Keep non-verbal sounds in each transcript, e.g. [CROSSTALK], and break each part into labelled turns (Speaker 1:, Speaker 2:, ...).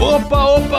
Speaker 1: Opa, opa,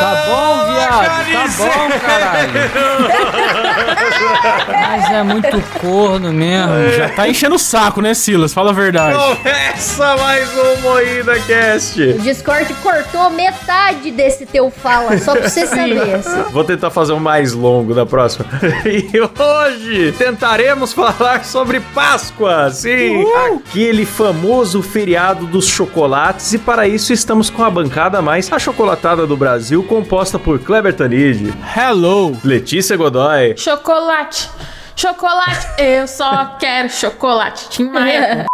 Speaker 2: Tá bom, viado? Tá bom, caralho. Mas é muito corno mesmo.
Speaker 3: É.
Speaker 4: Já tá enchendo o saco, né, Silas? Fala a verdade.
Speaker 1: Começa mais um Moída Cast.
Speaker 5: O Discord cortou metade desse teu fala, só pra você saber. assim.
Speaker 1: Vou tentar fazer um mais longo da próxima. [LAUGHS] E hoje tentaremos falar sobre Páscoa, sim, aquele famoso feriado dos chocolates. E para isso estamos com a bancada mais achocolatada do Brasil, composta por Kleber Tanid,
Speaker 6: Hello!
Speaker 1: Letícia Godoy,
Speaker 3: Chocolate. Chocolate. Eu só quero chocolate. Tim Maia.
Speaker 5: É.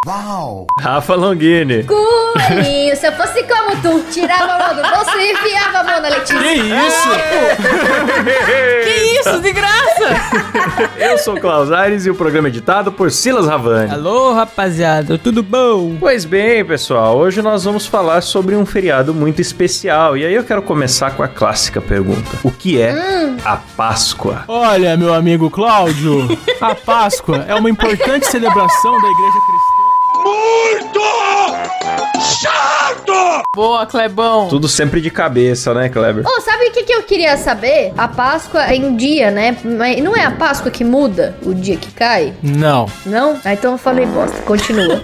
Speaker 1: Rafa Longini.
Speaker 5: Culinho, se eu fosse como tu, tirava a mão do bolso e enfiava a mão na
Speaker 6: Que
Speaker 5: Letícia.
Speaker 6: isso?
Speaker 3: que isso, de graça.
Speaker 1: Eu sou o Klaus Aires e o programa é editado por Silas Ravani.
Speaker 4: Alô, rapaziada, tudo bom?
Speaker 1: Pois bem, pessoal, hoje nós vamos falar sobre um feriado muito especial. E aí eu quero começar com a clássica pergunta: O que é a Páscoa?
Speaker 6: Olha, meu amigo Cláudio, a Páscoa é uma importante celebração da igreja cristã.
Speaker 3: Boa, Clebão.
Speaker 1: Tudo sempre de cabeça, né, Kleber?
Speaker 5: Ô, sabe o que, que eu queria saber? A Páscoa é um dia, né? Mas não é a Páscoa que muda o dia que cai?
Speaker 6: Não.
Speaker 5: Não? Ah, então eu falei bosta.
Speaker 1: [LAUGHS]
Speaker 5: Continua.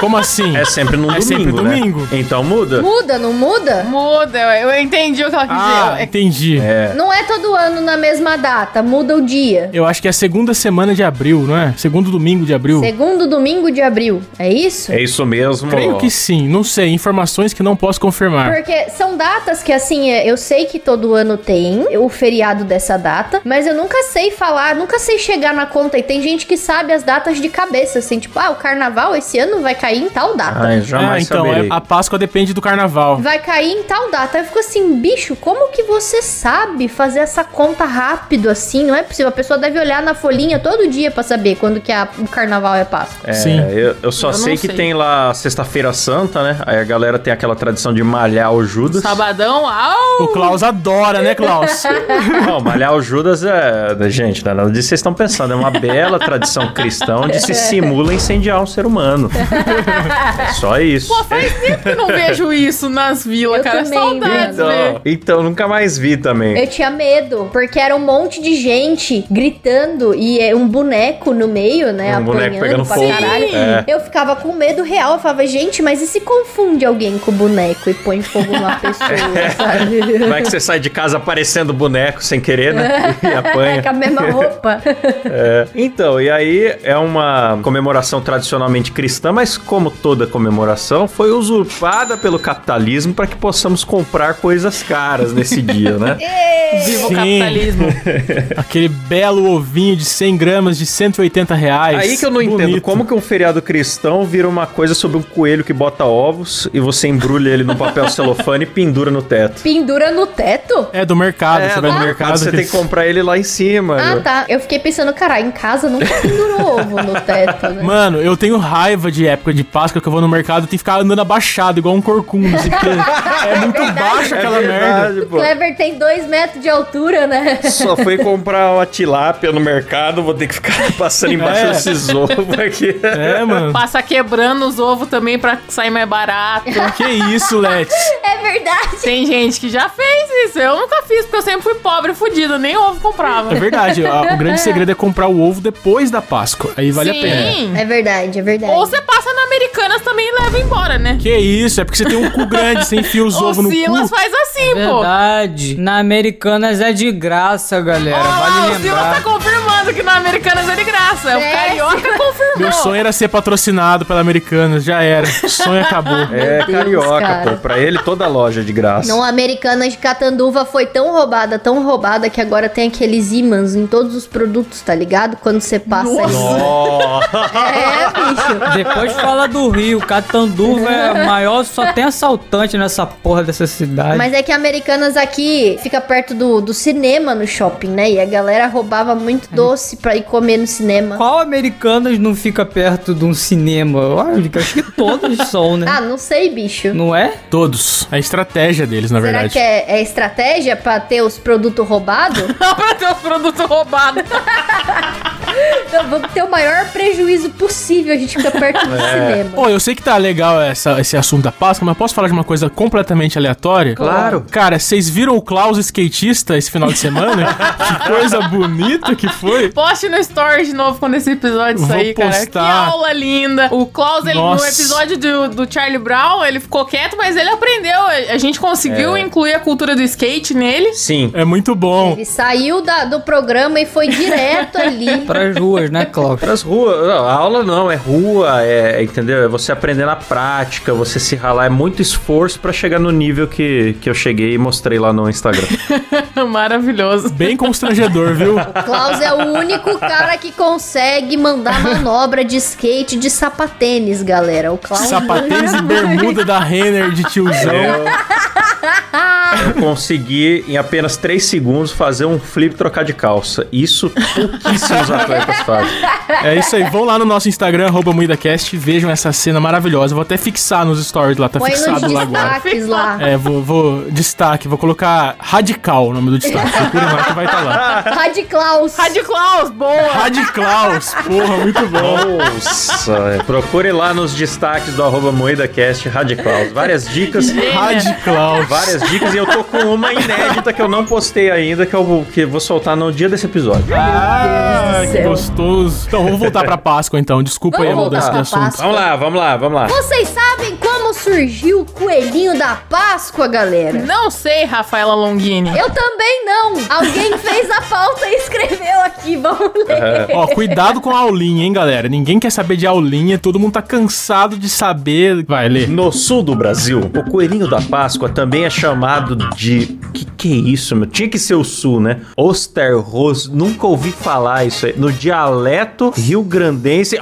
Speaker 6: Como assim?
Speaker 1: É sempre no
Speaker 6: É
Speaker 1: domingo,
Speaker 6: sempre
Speaker 1: né?
Speaker 6: domingo.
Speaker 1: Então muda?
Speaker 5: Muda, não muda?
Speaker 3: Muda, eu entendi o é, que ela quis
Speaker 6: Ah,
Speaker 3: dizer.
Speaker 6: entendi.
Speaker 1: É.
Speaker 5: Não é todo ano na mesma data, muda o dia.
Speaker 6: Eu acho que é a segunda semana de abril, não é? Segundo domingo de abril.
Speaker 5: Segundo domingo de abril, é isso?
Speaker 1: É isso mesmo.
Speaker 6: Creio que sim, não sei. Informações que não posso confirmar.
Speaker 5: Porque são datas que, assim, é, eu sei que todo ano tem o feriado dessa data, mas eu nunca sei falar, nunca sei chegar na conta. E tem gente que sabe as datas de cabeça, assim, tipo, ah, o carnaval esse ano vai cair em tal data.
Speaker 1: Ah, eu jamais
Speaker 6: ah, então, é-
Speaker 1: saberei.
Speaker 6: a Páscoa depende do carnaval.
Speaker 5: Vai cair em tal data. Aí ficou assim, bicho, como que você sabe fazer essa conta rápido assim? Não é possível. A pessoa deve olhar na folhinha todo dia pra saber quando que a- o carnaval é Páscoa.
Speaker 1: É,
Speaker 6: ah, Sim.
Speaker 1: eu, eu só
Speaker 3: Eu não
Speaker 1: sei que
Speaker 3: sei.
Speaker 1: tem lá Sexta-feira Santa, né? Aí a galera tem aquela tradição de malhar o Judas.
Speaker 3: Sabadão, au.
Speaker 6: O Klaus adora, né, Klaus?
Speaker 1: Não, malhar o Judas é. Gente, não é nada disso que vocês estão pensando. É uma bela tradição cristã onde se simula incendiar um ser humano. É só isso.
Speaker 3: Pô, faz tempo que eu não vejo isso nas vilas,
Speaker 5: Eu
Speaker 3: cara.
Speaker 5: também,
Speaker 3: Saudades,
Speaker 1: Então,
Speaker 3: velho.
Speaker 1: então, nunca mais vi também.
Speaker 3: [LAUGHS]
Speaker 5: Eu tinha medo, porque era um monte de gente gritando e é um boneco no meio, né?
Speaker 1: Um boneco
Speaker 5: apanhando
Speaker 1: pegando
Speaker 5: pra
Speaker 1: fogo.
Speaker 5: caralho.
Speaker 1: É.
Speaker 5: Eu ficava com medo real. Eu falava, gente, mas e se confunde alguém com o boneco e põe fogo
Speaker 1: [LAUGHS]
Speaker 5: na pessoa, sabe?
Speaker 1: Como é que você sai de casa parecendo boneco sem querer, né? E
Speaker 5: É,
Speaker 1: apanha.
Speaker 5: com a mesma
Speaker 1: [LAUGHS]
Speaker 5: roupa.
Speaker 1: É. Então, e aí é uma comemoração tradicionalmente cristã, mas como toda comemoração, foi usurpada pelo capitalismo para que possamos comprar coisas caras nesse dia,
Speaker 3: [LAUGHS]
Speaker 1: né?
Speaker 3: Viva o
Speaker 6: Sim.
Speaker 3: capitalismo.
Speaker 6: Aquele belo ovinho de 100 gramas de 180 reais.
Speaker 1: Aí que eu não entendo
Speaker 6: Bonito.
Speaker 1: como que um feriado cristão vira uma coisa sobre um coelho que bota ovos e você embrulha ele num papel [LAUGHS] celofane e pendura no teto.
Speaker 5: Pendura no teto?
Speaker 6: É do mercado, você vai
Speaker 1: lá
Speaker 6: no mercado.
Speaker 1: Você
Speaker 6: que
Speaker 1: tem que comprar ele lá em cima.
Speaker 5: Ah,
Speaker 1: né?
Speaker 5: tá. Eu fiquei pensando, caralho, em casa nunca pendurou ovo no
Speaker 1: [LAUGHS]
Speaker 5: teto, né?
Speaker 6: Mano, eu tenho raiva de época de Páscoa que eu vou no mercado e tenho que ficar andando abaixado, igual um corcunda, assim, porque é muito baixo aquela merda.
Speaker 1: Verdade,
Speaker 5: O
Speaker 1: pô.
Speaker 5: Clever tem dois metros de altura, né? [LAUGHS]
Speaker 1: Só fui comprar uma tilápia no mercado, vou ter que ficar [LAUGHS] passando embaixo
Speaker 6: É.
Speaker 1: desses ovos aqui.
Speaker 6: É, mano.
Speaker 3: Passa quebrando os ovos também pra sair mais barato.
Speaker 6: Que isso, Let's?
Speaker 5: É verdade.
Speaker 3: Tem gente que já fez isso. Eu nunca fiz, porque eu sempre fui pobre, fudida, nem ovo comprava.
Speaker 6: É verdade, a- o grande segredo é comprar o ovo depois da Páscoa. Aí vale a pena.
Speaker 3: Sim.
Speaker 5: É verdade, é verdade.
Speaker 3: Ou você passa na Americanas também e leva embora, né?
Speaker 6: Que isso, é porque você tem um cu grande, você enfia os
Speaker 3: o
Speaker 6: ovos no
Speaker 3: Silas
Speaker 6: cu.
Speaker 3: faz
Speaker 5: É
Speaker 3: assim, pô.
Speaker 2: Verdade. Na Americanas é de graça, galera.
Speaker 3: Olha lá,
Speaker 2: vale
Speaker 3: o Silas tá
Speaker 2: lembrar.
Speaker 3: confirmando que na Americanas é de graça. O
Speaker 5: É,
Speaker 3: Carioca confirmou.
Speaker 6: Meu sonho era ser patrocinado pela Americanas, já era. O sonho acabou.
Speaker 1: É
Speaker 5: Deus,
Speaker 1: carioca,
Speaker 5: cara.
Speaker 1: pô. Pra ele, toda loja é de graça.
Speaker 5: Não, a Americanas de Catanduva foi tão roubada, tão roubada, que agora tem aqueles ímãs em todos os produtos, tá ligado? Quando você passa isso. É, bicho.
Speaker 2: Depois fala do Rio. Catanduva é maior, só tem assaltante nessa porra dessa cidade.
Speaker 5: Mas é que a Americanas aqui fica perto do, do cinema no shopping, né? E a galera roubava muito doce pra ir comer no cinema.
Speaker 2: Qual Americanas não fica perto de um cinema? Eu acho que- acho que todos são, né?
Speaker 5: Ah, não sei, bicho.
Speaker 2: Não é?
Speaker 6: Todos. A estratégia deles, na
Speaker 5: Será
Speaker 6: verdade.
Speaker 5: que é, é estratégia pra ter os produtos roubados?
Speaker 3: Só [LAUGHS] pra ter os produtos roubados.
Speaker 5: Então, vamos ter o maior prejuízo possível, a gente fica perto do cinema.
Speaker 6: Pô, eu sei que tá legal essa- esse assunto da Páscoa, mas posso falar de uma coisa completamente aleatória?
Speaker 1: Claro.
Speaker 6: Cara, vocês viram o Klaus skatista esse final de semana? que coisa bonita que foi.
Speaker 3: Poste no story de novo quando esse episódio
Speaker 6: Vou
Speaker 3: sair, cara. Que
Speaker 6: postar.
Speaker 3: aula linda. O Klaus, ele, no
Speaker 6: Nossa.
Speaker 3: episódio do, do Charlie Brown, ele ficou quieto, mas ele aprendeu. A a gente conseguiu incluir a cultura do skate nele. [LAUGHS]
Speaker 1: Sim.
Speaker 6: É muito bom.
Speaker 5: Ele saiu da- do programa e foi direto ali.
Speaker 2: Pras ruas, né, Cláudio?
Speaker 1: Pras ruas, não, a aula não, é rua, é, entendeu? É você aprender na prática, você se ralar, é muito esforço pra chegar no nível que, que eu cheguei e mostrei lá no Instagram.
Speaker 3: Maravilhoso.
Speaker 6: Bem constrangedor, viu?
Speaker 5: Klaus é o único cara que consegue mandar manobra de skate de sapatênis, galera. O Klaus.
Speaker 6: Sapatênis e bermuda da Renner de tiozão.
Speaker 1: Eu consegui, em apenas 3 segundos, fazer um flip e trocar de calça. Isso pouquíssimos atletas fazem.
Speaker 6: É isso aí. Vão lá no nosso Instagram, arroba MuidaCast, e vejam essa cena maravilhosa. Vou até fixar nos stories lá, tá
Speaker 5: Põe nos
Speaker 6: fixado lá agora.
Speaker 5: destaques lá.
Speaker 6: É, vou, vou- Destaque, vou colocar Radical o nome do destaque. Procurem lá que vai estar lá.
Speaker 5: Rádio Klaus.
Speaker 3: Rádio Klaus, boa.
Speaker 6: Radiklaus, porra, muito bom.
Speaker 1: Nossa, é. procure lá nos destaques do arroba MoedaCast Radicals. Várias dicas.
Speaker 6: Radiklaus.
Speaker 1: Várias dicas e eu tô com uma inédita que eu não postei ainda, que eu vou, que eu vou soltar no dia desse episódio.
Speaker 6: Ah,
Speaker 5: do
Speaker 6: que
Speaker 5: céu.
Speaker 6: gostoso. Então, vamos voltar pra Páscoa então. Desculpa aí a
Speaker 5: Vamos
Speaker 6: mudança de
Speaker 5: voltar pra
Speaker 6: assunto.
Speaker 1: Vamos lá, vamos lá, vamos lá.
Speaker 5: Vocês sabem como surgiu o coelhinho da Páscoa, galera?
Speaker 3: Não sei, Rafaela Longini.
Speaker 5: Eu também não. Alguém fez a pauta e escreveu aqui. Vamos ler.
Speaker 6: Ó, cuidado com a aulinha, hein, galera. Ninguém quer saber de aulinha, todo mundo tá cansado de saber. Vai, ler.
Speaker 1: No sul do Brasil, o coelhinho da Páscoa também é chamado de. Que que é isso, meu? Tinha que ser o sul, né? Osterros. Nunca ouvi falar isso aí. No dialeto rio-grandense.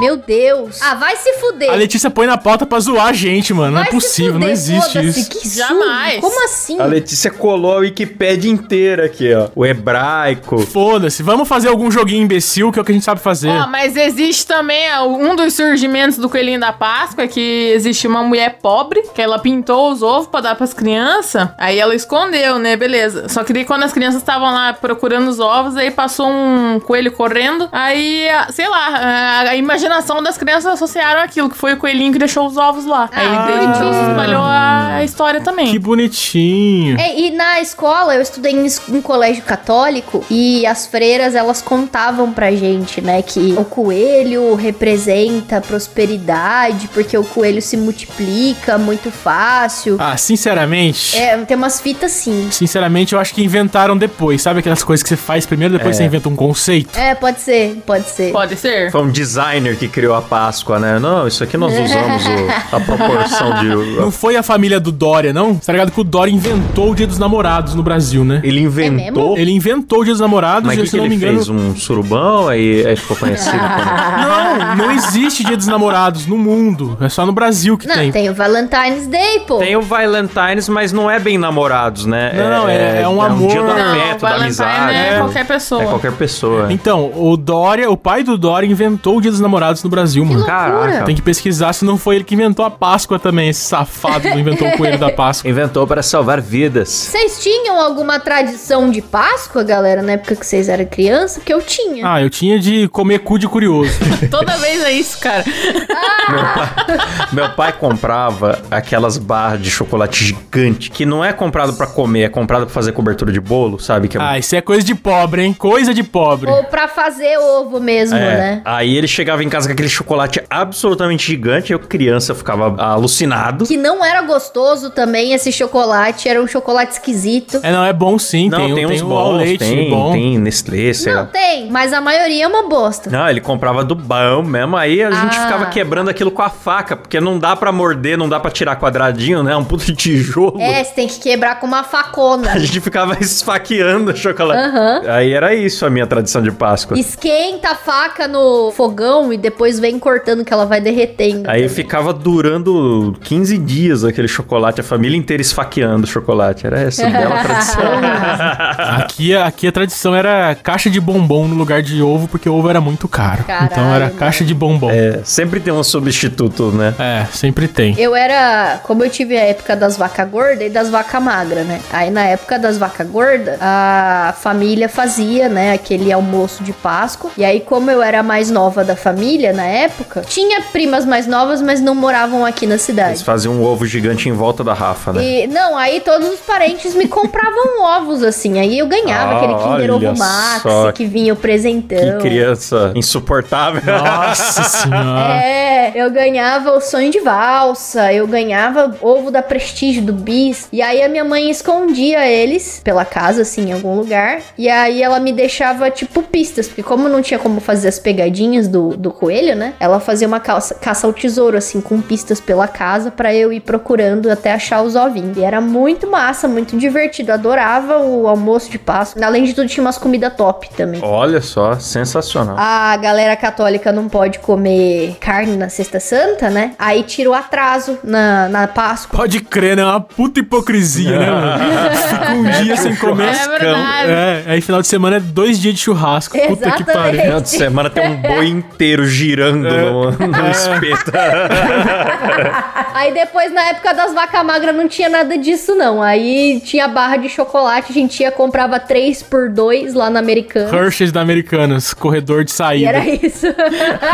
Speaker 5: Meu Deus. Ah, vai se fuder.
Speaker 6: A Letícia põe na pauta pra zoar a gente, mano. Não
Speaker 5: Vai
Speaker 6: é
Speaker 5: se
Speaker 6: possível, não
Speaker 5: fuder,
Speaker 6: existe
Speaker 5: foda-se,
Speaker 6: isso.
Speaker 5: Que
Speaker 3: Jamais.
Speaker 5: sujo. Como assim?
Speaker 1: A Letícia colou a Wikipédia inteira aqui, ó. O hebraico.
Speaker 6: Foda-se, vamos fazer algum joguinho imbecil, que é o que a gente sabe fazer.
Speaker 3: Ó, mas existe também ó, um dos surgimentos do Coelhinho da Páscoa, é que existe uma mulher pobre, que ela pintou os ovos pra dar pras crianças, aí ela escondeu, né? Beleza. Só que daí quando as crianças estavam lá procurando os ovos, aí passou um coelho correndo, aí, a- sei lá, a, a imaginação das crianças associaram aquilo, que foi o coelhinho que deixou os ovos lá. Aí desde que se espalhou a história também.
Speaker 6: Que bonitinho.
Speaker 5: [LAUGHS] É, e na escola, eu estudei em es- um colégio católico e as freiras elas contavam pra gente, né, que o coelho representa prosperidade, porque o coelho se multiplica muito fácil.
Speaker 6: Ah, sinceramente.
Speaker 5: É, tem umas fitas assim. sim.
Speaker 6: Sinceramente, eu acho que inventaram
Speaker 1: É.
Speaker 6: depois. Sabe aquelas coisas que você faz primeiro, depois você inventa um conceito?
Speaker 5: É, pode ser, pode ser.
Speaker 3: [LAUGHS] Pode ser?
Speaker 1: Foi um designer que criou a Páscoa, né? Não, isso aqui nós usamos o- a proporção
Speaker 6: Não
Speaker 1: de.
Speaker 6: foi a família do Dória, não? Você tá ligado que o Dória inventou o Dia dos Namorados no Brasil, né?
Speaker 1: Ele inventou.
Speaker 6: Ele inventou o Dia dos Namorados
Speaker 1: Mas o
Speaker 6: e,
Speaker 1: que,
Speaker 6: se
Speaker 1: que
Speaker 6: não
Speaker 1: ele
Speaker 6: me engano.
Speaker 1: fez? Um surubão? Aí, aí ficou conhecido como.
Speaker 6: Não, não existe Dia dos Namorados no mundo. É só no Brasil que
Speaker 5: Não, tem.
Speaker 6: tem.
Speaker 5: o Valentine's Day, pô.
Speaker 1: Tem o Valentine's, mas não é bem namorados, né?
Speaker 6: Não, é- é um amor-
Speaker 1: dia do
Speaker 6: Não,
Speaker 1: afeto, da
Speaker 3: Valentine
Speaker 1: amizade.
Speaker 3: é
Speaker 1: né?
Speaker 3: qualquer pessoa.
Speaker 1: É qualquer pessoa.
Speaker 6: Então, o Dória, o pai do Dória inventou o Dia dos Namorados no Brasil, mano.
Speaker 5: loucura.
Speaker 1: Caraca.
Speaker 6: Tem que pesquisar se não foi ele que inventou a Páscoa também, esse safado não inventou o coelho da
Speaker 1: [LAUGHS]
Speaker 6: Páscoa.
Speaker 1: Inventou para salvar vidas.
Speaker 5: Vocês tinham alguma tradição de Páscoa, galera, na época que vocês eram criança? Porque eu tinha.
Speaker 6: Ah, eu tinha de comer cu de curioso.
Speaker 3: Toda vez é isso, cara.
Speaker 1: Meu pai,
Speaker 3: [LAUGHS]
Speaker 1: meu pai comprava aquelas barras de chocolate gigante, que não é comprado pra comer, é comprado pra fazer cobertura de bolo, sabe? Que é-
Speaker 6: Ah, isso é coisa de pobre, hein? Coisa de pobre.
Speaker 5: Ou pra fazer ovo mesmo,
Speaker 1: É,
Speaker 5: né?
Speaker 1: Aí ele chegava em casa com aquele chocolate absolutamente gigante, eu criança ficava alucinado.
Speaker 5: Que não era gostoso também esse chocolate, era um chocolate esquisito.
Speaker 6: É, não, é bom sim.
Speaker 1: não, tem,
Speaker 6: um-
Speaker 1: uns
Speaker 6: um ao
Speaker 1: bons,
Speaker 6: leite
Speaker 1: tem,
Speaker 6: bom.
Speaker 1: tem Nestlé, sei
Speaker 5: Não
Speaker 1: lá.
Speaker 5: tem, mas a maioria é uma bosta.
Speaker 1: É. Não, ele comprava do bom mesmo, aí a gente
Speaker 5: Ah.
Speaker 1: ficava quebrando aquilo com a faca, porque não dá pra morder, não dá pra tirar quadradinho, né? É um puto tijolo.
Speaker 5: É, você tem que quebrar com uma facona.
Speaker 1: [LAUGHS] A gente ficava esfaqueando o chocolate.
Speaker 5: Aham.
Speaker 1: Aí era isso a minha tradição de Páscoa.
Speaker 5: Esquenta a faca no fogão e depois vem cortando que ela vai derretendo.
Speaker 1: Aí ficava durando 15 dias aquele chocolate, a família inteira esfaqueando o chocolate. Era
Speaker 5: [LAUGHS]
Speaker 1: essa bela
Speaker 5: É.
Speaker 1: tradição.
Speaker 6: Aqui, aqui a tradição era caixa de bombom no lugar de ovo, porque ovo era muito caro.
Speaker 5: Caralho,
Speaker 6: então era
Speaker 5: mano.
Speaker 6: caixa de bombom. É.
Speaker 1: é, sempre tem um substituto, né? [LAUGHS]
Speaker 6: sempre tem.
Speaker 5: Eu era, como eu tive a época das vacas gordas e das vacas magras, né? Aí na época das vacas gordas, a família fazia, né, aquele almoço de Páscoa. E aí, como eu era a mais nova da família na época, tinha primas mais novas, mas não moravam aqui na
Speaker 1: Eles
Speaker 5: cidade.
Speaker 1: faziam um ovo gigante em volta da Rafa, né?
Speaker 5: E, não, aí todos os parentes me compravam ovos, assim. Aí eu ganhava
Speaker 1: Ah,
Speaker 5: aquele
Speaker 1: olha
Speaker 5: Kinder Ovo Max,
Speaker 1: só.
Speaker 5: que vinha o
Speaker 1: Que
Speaker 5: presentão.
Speaker 1: criança insuportável.
Speaker 6: Nossa senhora.
Speaker 5: É, eu ganhava o sonho de valsa, eu ganhava ovo da prestígio do bis. E aí a minha mãe escondia eles pela casa, assim, em algum lugar. E aí ela me deixava, tipo, pistas, porque como não tinha como fazer as pegadinhas do, do coelho, né? Ela fazia uma calça- caça ao tesouro, assim, com pistas pela casa pra eu ir procurando até achar os ovinhos. E era muito massa, muito divertido. Adorava o almoço de Páscoa. Além de tudo, tinha umas comidas top também.
Speaker 1: [LAUGHS] Olha só, sensacional.
Speaker 5: A galera católica não pode comer carne na Sexta Santa, né? Aí tira o atraso na, na Páscoa.
Speaker 6: Pode crer, né? É uma puta hipocrisia, né,
Speaker 3: [LAUGHS]
Speaker 6: mano? Fica um dia sem comer.
Speaker 3: É verdade.
Speaker 6: É, aí final de semana é dois dias de churrasco. Puta que
Speaker 5: Exatamente.
Speaker 6: pariu.
Speaker 1: Final de semana tem um boi inteiro girando no, no espeto.
Speaker 5: Aí depois, na época das vacas magras, não tinha nada disso, não. Aí tinha barra de chocolate, a gente ia, comprava três por dois lá na Americana.
Speaker 6: Hershey's da Americanas, corredor de
Speaker 5: E
Speaker 6: saída.
Speaker 5: era isso.
Speaker 1: [LAUGHS]
Speaker 5: [LAUGHS]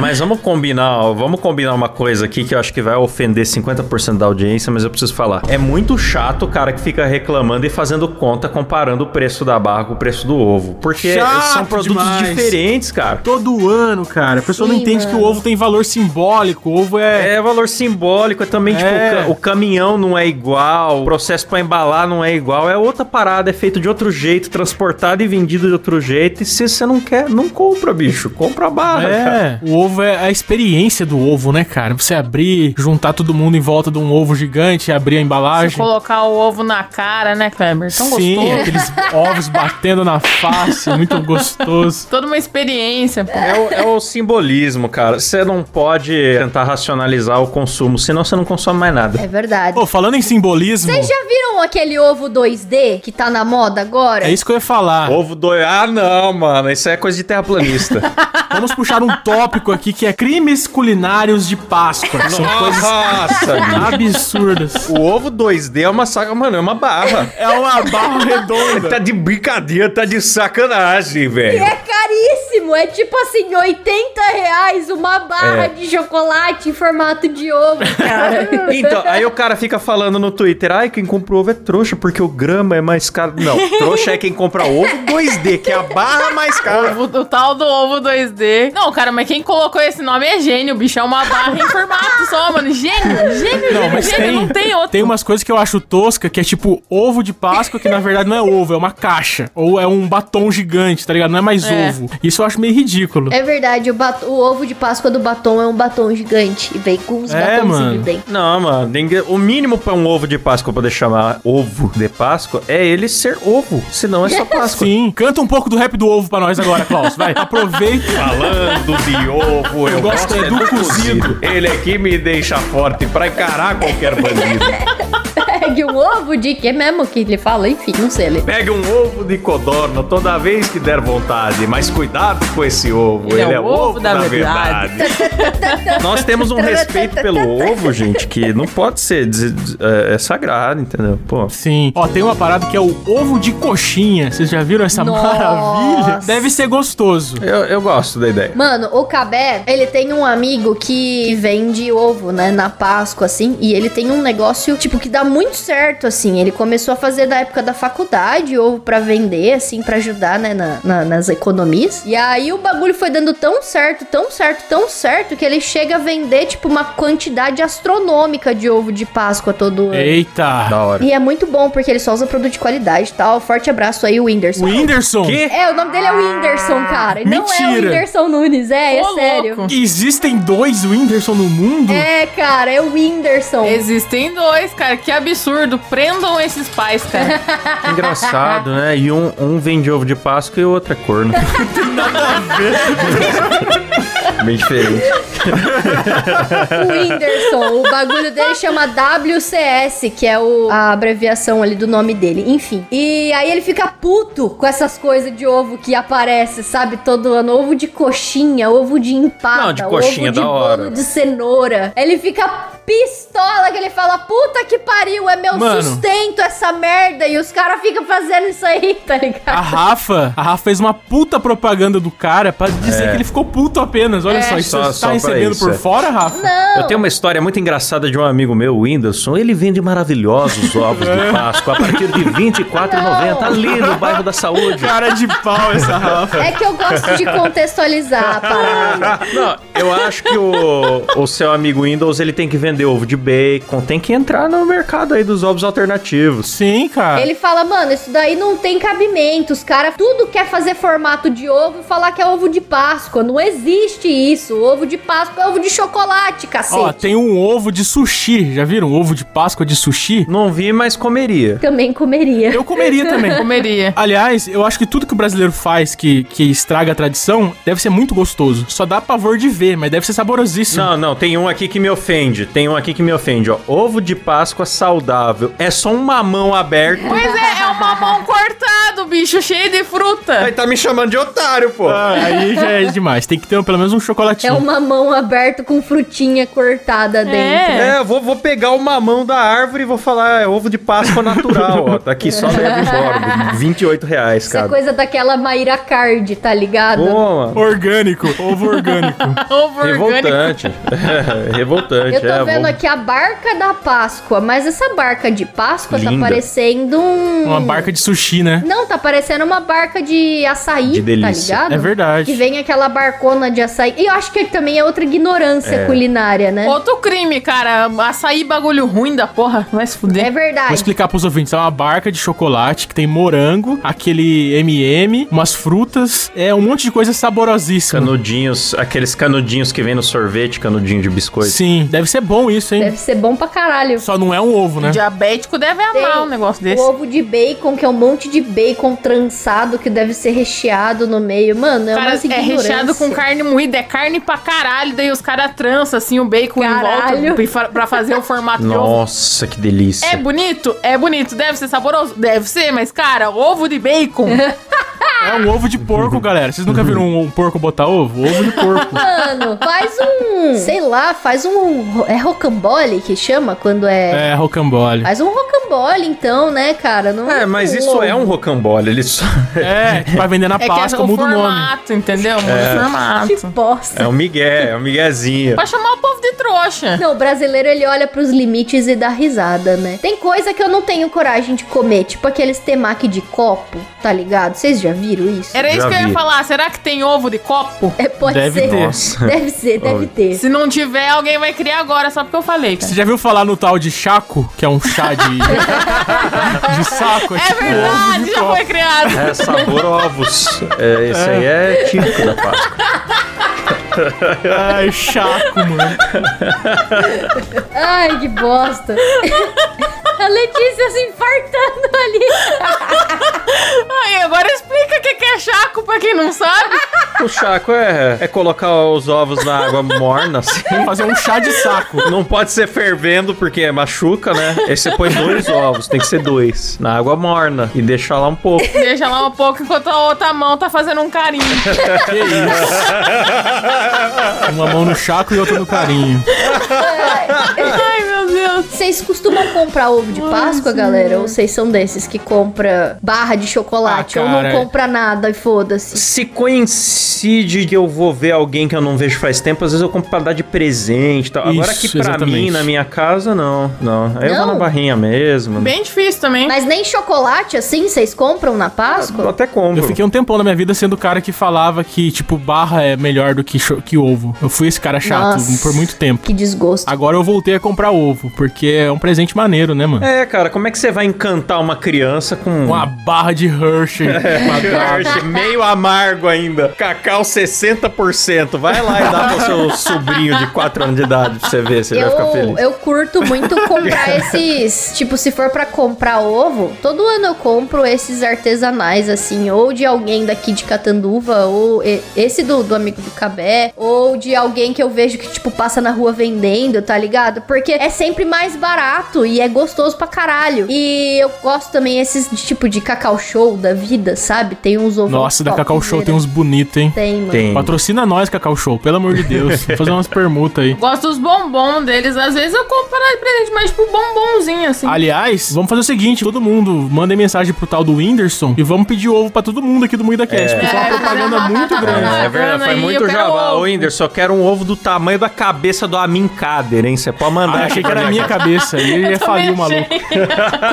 Speaker 1: Mas vamos combinar, ó, vamos combinar uma coisa aqui que eu acho que vai ofender 50% da audiência, mas eu preciso falar. É muito chato o cara que fica reclamando e fazendo conta comparando o preço da barra com o preço do ovo. Porque
Speaker 6: Chato
Speaker 1: são produtos
Speaker 6: demais.
Speaker 1: diferentes, cara.
Speaker 6: Todo ano, cara. A pessoa não
Speaker 5: Sim,
Speaker 6: entende que o ovo tem valor simbólico. O ovo é.
Speaker 1: É valor simbólico, é também, tipo,
Speaker 6: É.
Speaker 1: o ca- o caminhão não é igual, o processo pra embalar não é igual, é outra parada, é feito de outro jeito, transportado e vendido de outro jeito, e se você não quer, não compra, bicho, compra a barra, cara.
Speaker 6: É, o ovo é a experiência do ovo, né, cara? Você abrir, juntar todo mundo em volta de um ovo gigante, abrir a
Speaker 3: Você
Speaker 6: embalagem.
Speaker 3: colocar o ovo na cara, né, Kleber? Tão
Speaker 6: Sim,
Speaker 3: gostoso.
Speaker 6: aqueles ovos batendo na face, muito gostoso.
Speaker 3: Toda uma experiência. pô.
Speaker 1: É o, é o simbolismo, cara. Você não pode tentar racionalizar o consumo, senão você não consome mais nada.
Speaker 5: É verdade.
Speaker 6: Pô, falando em simbolismo,
Speaker 5: Vocês já viram aquele ovo 2D que tá na moda agora?
Speaker 6: é isso que eu ia falar.
Speaker 1: Ovo doi... Ah, não, mano. Isso é coisa de terraplanista.
Speaker 6: Vamos puxar um tópico aqui que é crimes culinários de Páscoa. São
Speaker 3: [LAUGHS]
Speaker 1: [LAUGHS]
Speaker 6: coisas
Speaker 1: Nossa, bicho.
Speaker 6: absurdas.
Speaker 1: O ovo 2D é uma saca, mano, é uma barra.
Speaker 6: É uma barra redonda.
Speaker 1: Tá de brincadeira, tá de sacanagem,
Speaker 5: E
Speaker 1: velho.
Speaker 5: é caríssimo, é tipo assim, 80 reais uma
Speaker 6: É.
Speaker 5: barra de chocolate em formato de ovo,
Speaker 6: [LAUGHS]
Speaker 5: cara.
Speaker 1: Então, aí o cara fica falando no Twitter, ai, quem compra ovo é trouxa, porque o grama é mais caro. Não, trouxa é quem compra ovo 2D, que é a barra mais cara.
Speaker 3: O, o tal do ovo 2D. Não, cara, mas quem colocou esse nome é gênio, bicho. É uma barra em formato só, mano. Gênio, gênio,
Speaker 6: Não,
Speaker 3: gênio,
Speaker 6: mas
Speaker 3: gênio.
Speaker 6: tem,
Speaker 3: Não tem outro.
Speaker 6: tem um umas coisas que eu acho tosca, que é tipo ovo de Páscoa, que na verdade não é ovo, é uma caixa. Ou é um batom gigante, tá ligado? Não é mais
Speaker 3: É.
Speaker 6: ovo. Isso eu acho meio ridículo.
Speaker 5: É verdade, o, bat- o ovo de Páscoa do batom é um batom gigante. E vem com uns
Speaker 6: É,
Speaker 5: batons
Speaker 6: mano.
Speaker 5: dentro.
Speaker 1: Não, mano, ninguém- o mínimo pra um ovo de Páscoa poder chamar ovo de Páscoa é ele ser ovo, senão é só Páscoa.
Speaker 6: Sim. Canta um pouco do rap do ovo pra nós agora, Klaus. Vai, aproveita.
Speaker 1: Falando de ovo, eu,
Speaker 6: gosto é do cozido.
Speaker 1: Ele aqui me deixa forte pra encarar qualquer bandido.
Speaker 5: Pegue um ovo de que mesmo que ele fala, enfim, não sei ele.
Speaker 1: Pegue um ovo de codorna toda vez que der vontade, mas cuidado com esse ovo. Ele, é, o ovo, da, verdade. Nós temos um respeito pelo ovo, gente, que não pode ser des- des- é, é sagrado, entendeu? Pô.
Speaker 6: Sim. Ó, tem uma parada que é o ovo de coxinha. Vocês já viram essa
Speaker 5: Nossa.
Speaker 6: maravilha? Deve ser gostoso.
Speaker 1: Eu, eu gosto da ideia.
Speaker 5: Mano, o Cabé, ele tem um amigo que vende ovo, né, na Páscoa, assim, e ele tem um negócio, tipo, que dá muito certo, assim. Ele começou a fazer da época da faculdade ovo pra vender, assim, pra ajudar, né, na- na- nas economias. E aí o bagulho foi dando tão certo, tão certo, tão certo, que ele chega a vender, tipo, uma quantidade astronômica de ovo de Páscoa todo ano.
Speaker 6: Eita.
Speaker 1: Da
Speaker 5: [LAUGHS]
Speaker 1: hora.
Speaker 5: E é muito bom, porque ele só usa produto de qualidade e tal. Forte abraço aí, Whindersson.
Speaker 6: Whindersson.
Speaker 1: Que?
Speaker 5: É, o nome dele é Whindersson, cara. E Não é o
Speaker 6: Mentira.
Speaker 5: Whindersson Nunes, é, é
Speaker 3: Ah, Ô,
Speaker 5: sério.
Speaker 3: louco.
Speaker 6: Existem dois Whindersson no mundo?
Speaker 5: É, cara, é o Whindersson.
Speaker 3: Existem dois, cara. Que absurdo. Prendam esses pais, cara. [LAUGHS]
Speaker 1: Engraçado, né? E um, um vende ovo de Páscoa e o outro é corno. Bem diferente.
Speaker 5: O Whindersson. o bagulho dele chama WCS, que é o- a abreviação ali do nome dele. Enfim. E aí ele fica puto com essas coisas de ovo que aparece, sabe? Todo ano. Ovo de coxinha, ovo de empada.
Speaker 1: Não, de coxinha,
Speaker 5: ovo de
Speaker 1: da hora.
Speaker 5: bolo de cenoura. Ele fica pistola que ele fala, puta que pariu, é meu
Speaker 6: Mano.
Speaker 5: sustento essa merda. E os caras ficam fazendo isso aí, [LAUGHS] tá ligado?
Speaker 6: A Rafa, a Rafa fez uma puta propaganda do cara pra dizer que ele ficou puto apenas.
Speaker 5: É.
Speaker 6: Olha só, isso
Speaker 1: É. Só-
Speaker 6: você
Speaker 1: só
Speaker 6: tá
Speaker 1: pra
Speaker 6: recebendo
Speaker 1: isso,
Speaker 6: por
Speaker 1: é.
Speaker 6: fora, Rafa?
Speaker 1: Eu tenho uma história muito engraçada de um amigo meu, o Whindersson. Ele vende maravilhosos ovos de Páscoa a partir de R$24,90 ali no bairro da saúde.
Speaker 6: Cara de pau essa Rafa.
Speaker 5: É que eu gosto de contextualizar a parada.
Speaker 1: Não, eu acho que o, o seu amigo Windows ele tem que vender ovo de bacon, tem que entrar no mercado aí dos ovos alternativos.
Speaker 6: Sim,
Speaker 1: Ah.
Speaker 6: cara.
Speaker 5: Ele fala, mano, isso daí não tem cabimento. Os caras tudo quer fazer formato de ovo e falar que é ovo de Páscoa. Não existe isso. Ovo de Páscoa é ovo de chocolate, cacete.
Speaker 6: Ó, tem um ovo de sushi. Já viram? um Ovo de Páscoa de sushi?
Speaker 1: Não vi, mas comeria.
Speaker 5: Também comeria.
Speaker 6: Eu
Speaker 5: [LAUGHS]
Speaker 6: comeria também.
Speaker 3: Comeria.
Speaker 6: Aliás, eu acho que tudo que o brasileiro faz que, que estraga a tradição deve ser muito gostoso. Só dá pavor de ver, mas deve ser saborosíssimo.
Speaker 1: Não, não, tem um aqui que me ofende. Tem um aqui que me ofende, ó. Ovo de Páscoa saudável. É só um mamão aberto.
Speaker 3: Pois é, é um mamão cortado, bicho, cheio de fruta.
Speaker 1: Aí tá me chamando de otário, pô.
Speaker 6: Ah, aí já é demais. Tem que ter pelo menos um
Speaker 5: É
Speaker 6: chocolatinho.
Speaker 5: uma mão aberta com frutinha cortada dentro.
Speaker 3: É.
Speaker 1: É, eu vou, vou pegar o mamão da árvore e vou falar, é ovo de Páscoa natural, ó. Tá aqui só leva embora. 28 reais,
Speaker 5: Isso é
Speaker 1: cara.
Speaker 5: coisa daquela Mayra Card, tá ligado?
Speaker 1: Boa, mano.
Speaker 6: Orgânico, ovo orgânico.
Speaker 3: [LAUGHS] Ovo
Speaker 5: [LAUGHS]
Speaker 3: orgânico.
Speaker 1: Revoltante. É, revoltante.
Speaker 5: Eu tô
Speaker 1: é,
Speaker 5: vendo
Speaker 1: vou-
Speaker 5: aqui a barca da Páscoa, mas essa barca de Páscoa tá
Speaker 1: Linda.
Speaker 5: parecendo um.
Speaker 6: Uma barca de sushi, né?
Speaker 5: Não, tá parecendo uma barca de açaí,
Speaker 1: De delícia.
Speaker 5: tá ligado?
Speaker 6: É verdade.
Speaker 5: Que vem aquela barcona de açaí. E eu acho que também é outra ignorância culinária, né?
Speaker 3: Outro crime, cara. Açaí bagulho ruim da porra. Vai se
Speaker 5: É
Speaker 3: fuder.
Speaker 6: Vou
Speaker 5: verdade.
Speaker 6: explicar pros ouvintes. É uma barca de chocolate que tem morango, aquele M&M, umas frutas. É um monte de coisa saborosíssima.
Speaker 1: Canudinhos, aqueles canudinhos que vem no sorvete, canudinho de biscoito.
Speaker 6: Sim, deve ser bom isso, hein?
Speaker 5: Deve ser bom pra caralho.
Speaker 6: Só não é um ovo, né?
Speaker 3: Diabético deve amar
Speaker 5: Tem
Speaker 3: um negócio
Speaker 5: O
Speaker 3: desse.
Speaker 5: ovo de bacon, que é um monte de bacon trançado que deve ser recheado no meio. Mano, é
Speaker 3: Cara,
Speaker 5: uma
Speaker 3: é
Speaker 5: ignorância.
Speaker 3: recheado com carne moída, é carne pra caralho. Daí os caras trançam assim o bacon em
Speaker 5: Caralho.
Speaker 3: volta pra- pra fazer o formato de ovo.
Speaker 1: Nossa, que delícia.
Speaker 3: É bonito? É bonito. Deve ser saboroso? Deve ser, mas, cara, ovo
Speaker 5: [LAUGHS]
Speaker 3: de bacon.
Speaker 6: É um ovo de porco, galera. Vocês nunca viram um, um porco botar ovo? Ovo de porco.
Speaker 5: Mano, faz um... Sei lá, faz um... É rocambole que chama quando é...
Speaker 6: É, rocambole.
Speaker 5: Faz um rocambole, então, né, cara? Não
Speaker 1: É, mas isso é um rocambole, ele só... [LAUGHS]
Speaker 6: É, que vai vender na
Speaker 3: É que é
Speaker 6: Páscoa,
Speaker 3: o
Speaker 6: muda o nome.
Speaker 3: formato, entendeu? Muda o
Speaker 5: Que
Speaker 3: formato.
Speaker 5: bosta.
Speaker 1: É um migué, é um miguezinho.
Speaker 3: Pra chamar o povo de trouxa.
Speaker 5: Não, o brasileiro ele olha pros limites e dá risada, né? Tem coisa que eu não tenho coragem de comer, tipo aqueles temaki de copo, tá ligado? Vocês já viram isso?
Speaker 3: Era isso
Speaker 1: Já
Speaker 3: que eu ia
Speaker 1: vi.
Speaker 3: falar. Será que tem ovo de copo?
Speaker 5: É, pode
Speaker 6: Deve
Speaker 5: ser.
Speaker 6: ter.
Speaker 1: Nossa.
Speaker 5: Deve ser, deve
Speaker 1: Olha.
Speaker 5: ter.
Speaker 3: Se não tiver, alguém vai criar agora, só porque eu falei, cara.
Speaker 6: Você já viu falar no tal de chaco, que é um chá de, [LAUGHS] de saco?
Speaker 3: É
Speaker 6: tipo ovo de
Speaker 3: verdade, já
Speaker 6: copo.
Speaker 1: [LAUGHS]
Speaker 3: foi criado.
Speaker 1: É sabor ovos. É, esse aí é típico da Páscoa.
Speaker 6: Ai, chaco, mano.
Speaker 5: Ai, que bosta. [LAUGHS] A Letícia se infartando ali.
Speaker 3: Aí, agora explica o que que é chaco pra quem não sabe.
Speaker 1: O chaco é, é colocar os ovos na água morna, assim.
Speaker 6: Fazer um chá de saco.
Speaker 1: Não pode ser fervendo porque machuca, né? Aí você põe dois ovos, tem que ser dois. Na água morna e deixar lá um pouco.
Speaker 3: Deixa lá um pouco enquanto a outra mão tá fazendo um carinho.
Speaker 6: Que isso? Uma mão no chaco e outra no carinho.
Speaker 3: Ai, meu Deus.
Speaker 5: Vocês costumam comprar ovo de Páscoa, galera? Ou vocês são desses que compra barra de chocolate
Speaker 6: Ah,
Speaker 5: ou não
Speaker 6: cara.
Speaker 5: compra nada e foda-se?
Speaker 1: Se coincide que eu vou ver alguém que eu não vejo faz tempo, às vezes eu compro pra dar de presente e tal. Agora
Speaker 6: Isso,
Speaker 1: que pra
Speaker 6: exatamente.
Speaker 1: mim, na minha casa, não. Não. Aí eu vou na
Speaker 5: Não?
Speaker 1: barrinha mesmo. né?
Speaker 3: Bem difícil também.
Speaker 5: Mas nem chocolate assim vocês compram na
Speaker 1: Eu
Speaker 5: Páscoa?
Speaker 1: até compro.
Speaker 6: Eu fiquei um tempão na minha vida sendo o cara que falava que, tipo, barra é melhor do que, cho- que ovo. Eu fui esse cara chato
Speaker 5: Nossa.
Speaker 6: por muito tempo.
Speaker 5: Que desgosto.
Speaker 6: Agora eu voltei a comprar ovo, porque é um presente maneiro, né, mano?
Speaker 1: É, cara, como é que você vai encantar uma criança com
Speaker 6: Uma barra de Hershey. quadrada.
Speaker 1: Hershey [LAUGHS] meio amargo ainda? Cacau 60%. Vai lá e dá pro seu sobrinho de 4 anos de idade pra você ver se ele vai ficar
Speaker 5: Eu,
Speaker 1: feliz.
Speaker 5: eu curto
Speaker 1: [LAUGHS]
Speaker 5: muito comprar esses. Tipo, se for pra comprar ovo, todo ano eu compro esses artesanais, assim, ou de alguém daqui de Catanduva, ou e- esse do, do amigo do Cabé, ou de alguém que eu vejo que, tipo, passa na rua vendendo, tá ligado? Porque é sempre mais barato e é gostoso pra caralho. E eu gosto também esses de, tipo de cacau show da vida, sabe? Tem uns ovos.
Speaker 6: Nossa, da
Speaker 5: top,
Speaker 6: Cacau Show
Speaker 5: né?
Speaker 6: tem um uns bonitos, hein?
Speaker 5: Tem, mano.
Speaker 1: Tem.
Speaker 6: Patrocina nós, Cacau Show, pelo amor de Deus. Vou fazer umas permutas aí.
Speaker 3: Gosto dos bombons deles. Às vezes eu compro pra dar de presente, mas tipo bombonzinho, assim.
Speaker 6: Aliás, vamos fazer o seguinte: todo mundo mandem mensagem pro tal do Whindersson e vamos pedir ovo pra todo mundo aqui do Moída Cast. Porque é uma propaganda muito grande.
Speaker 1: É, [LAUGHS]
Speaker 3: Ah,
Speaker 1: é verdade,
Speaker 3: Ana,
Speaker 1: foi
Speaker 3: e
Speaker 1: muito
Speaker 3: eu quero
Speaker 1: jabá.
Speaker 3: ovo.
Speaker 1: Ô, Winder, só quero um ovo do tamanho da cabeça do Amin Kader, hein? Você pode mandar.
Speaker 6: Ah, achei que era a minha cabeça. E ele ia falir o maluco.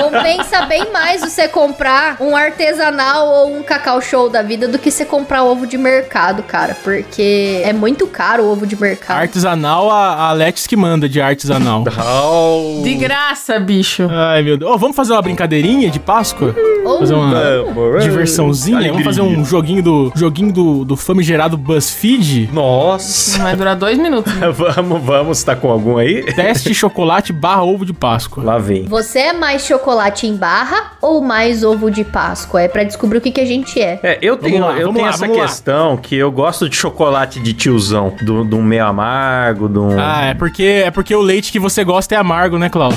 Speaker 5: Compensa bem mais você comprar um artesanal ou um cacau show da vida do que você comprar ovo de mercado, cara. Porque é muito caro o ovo de mercado.
Speaker 6: Artesanal, a, a Alex que manda de artesanal.
Speaker 1: Au.
Speaker 3: De graça, bicho.
Speaker 6: Ai, meu Deus. Ô, vamos fazer uma brincadeirinha de Páscoa?
Speaker 5: Ou
Speaker 6: Fazer uma
Speaker 1: Vamos.
Speaker 6: diversãozinha? Vamos
Speaker 1: Alegria.
Speaker 6: fazer um joguinho do joguinho do, do famigerado BuzzFeed?
Speaker 1: Nossa.
Speaker 3: Vai durar dois minutos.
Speaker 1: [LAUGHS] vamos, vamos. Tá com algum aí?
Speaker 6: Teste chocolate barra ovo de Páscoa.
Speaker 1: Lá vem.
Speaker 5: Você é mais chocolate em barra ou mais ovo de Páscoa? É pra descobrir o que, que a gente é.
Speaker 1: É, eu tenho,
Speaker 6: lá,
Speaker 1: eu
Speaker 6: vamos
Speaker 1: tenho
Speaker 6: lá,
Speaker 1: essa
Speaker 6: vamos lá.
Speaker 1: questão que eu gosto de chocolate de tiozão, do, do meio amargo, do... um
Speaker 6: Ah, é porque, é porque o leite que você gosta é amargo, né, Klaus?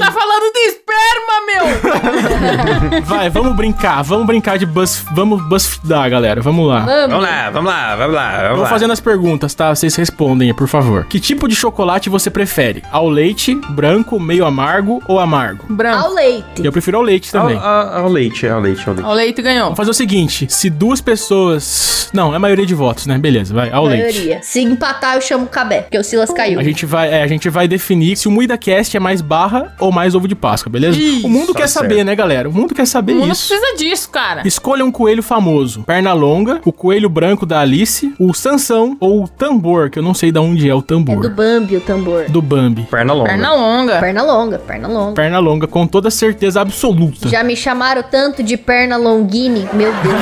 Speaker 3: Tá falando de esperma, meu!
Speaker 6: Vai, vamos brincar. Vamos brincar de buzz... Vamos buzzfeedar, galera. Vamos lá.
Speaker 1: Vamos lá, vamos lá, vamos lá, vamos
Speaker 6: Vou
Speaker 1: lá.
Speaker 6: fazendo as perguntas, tá? Vocês respondem, por favor. Que tipo de chocolate você prefere? Ao leite, branco, meio amargo ou amargo?
Speaker 3: Branco.
Speaker 5: Ao leite.
Speaker 6: Eu prefiro ao leite
Speaker 1: Ao,
Speaker 6: também.
Speaker 1: ao- ao leite, ao leite, ao leite.
Speaker 3: O leite ganhou.
Speaker 6: Vamos fazer o seguinte: se duas pessoas. Não, é a maioria de votos, né? Beleza, vai, ao leite.
Speaker 5: Maioria. Se empatar, eu chamo o Cabé, porque o Silas caiu.
Speaker 6: A gente, vai, é, a gente vai definir se o MuidaCast é mais barra ou mais ovo de Páscoa, beleza?
Speaker 3: Isso,
Speaker 6: o mundo quer
Speaker 1: tá certo.
Speaker 6: saber, né, galera? O mundo quer saber
Speaker 3: O mundo
Speaker 6: isso.
Speaker 3: precisa disso, cara.
Speaker 6: Escolha um coelho famoso: perna longa, o coelho branco da Alice, o Sansão ou o tambor, que eu não sei de onde é o
Speaker 5: É do
Speaker 6: tambor.
Speaker 5: Bambi o tambor.
Speaker 6: do Bambi.
Speaker 1: Perna longa.
Speaker 3: Perna longa.
Speaker 5: Perna longa, perna longa.
Speaker 6: Perna longa, com toda certeza absoluta.
Speaker 5: Já me chamaram tanto de perna longuine, meu Deus.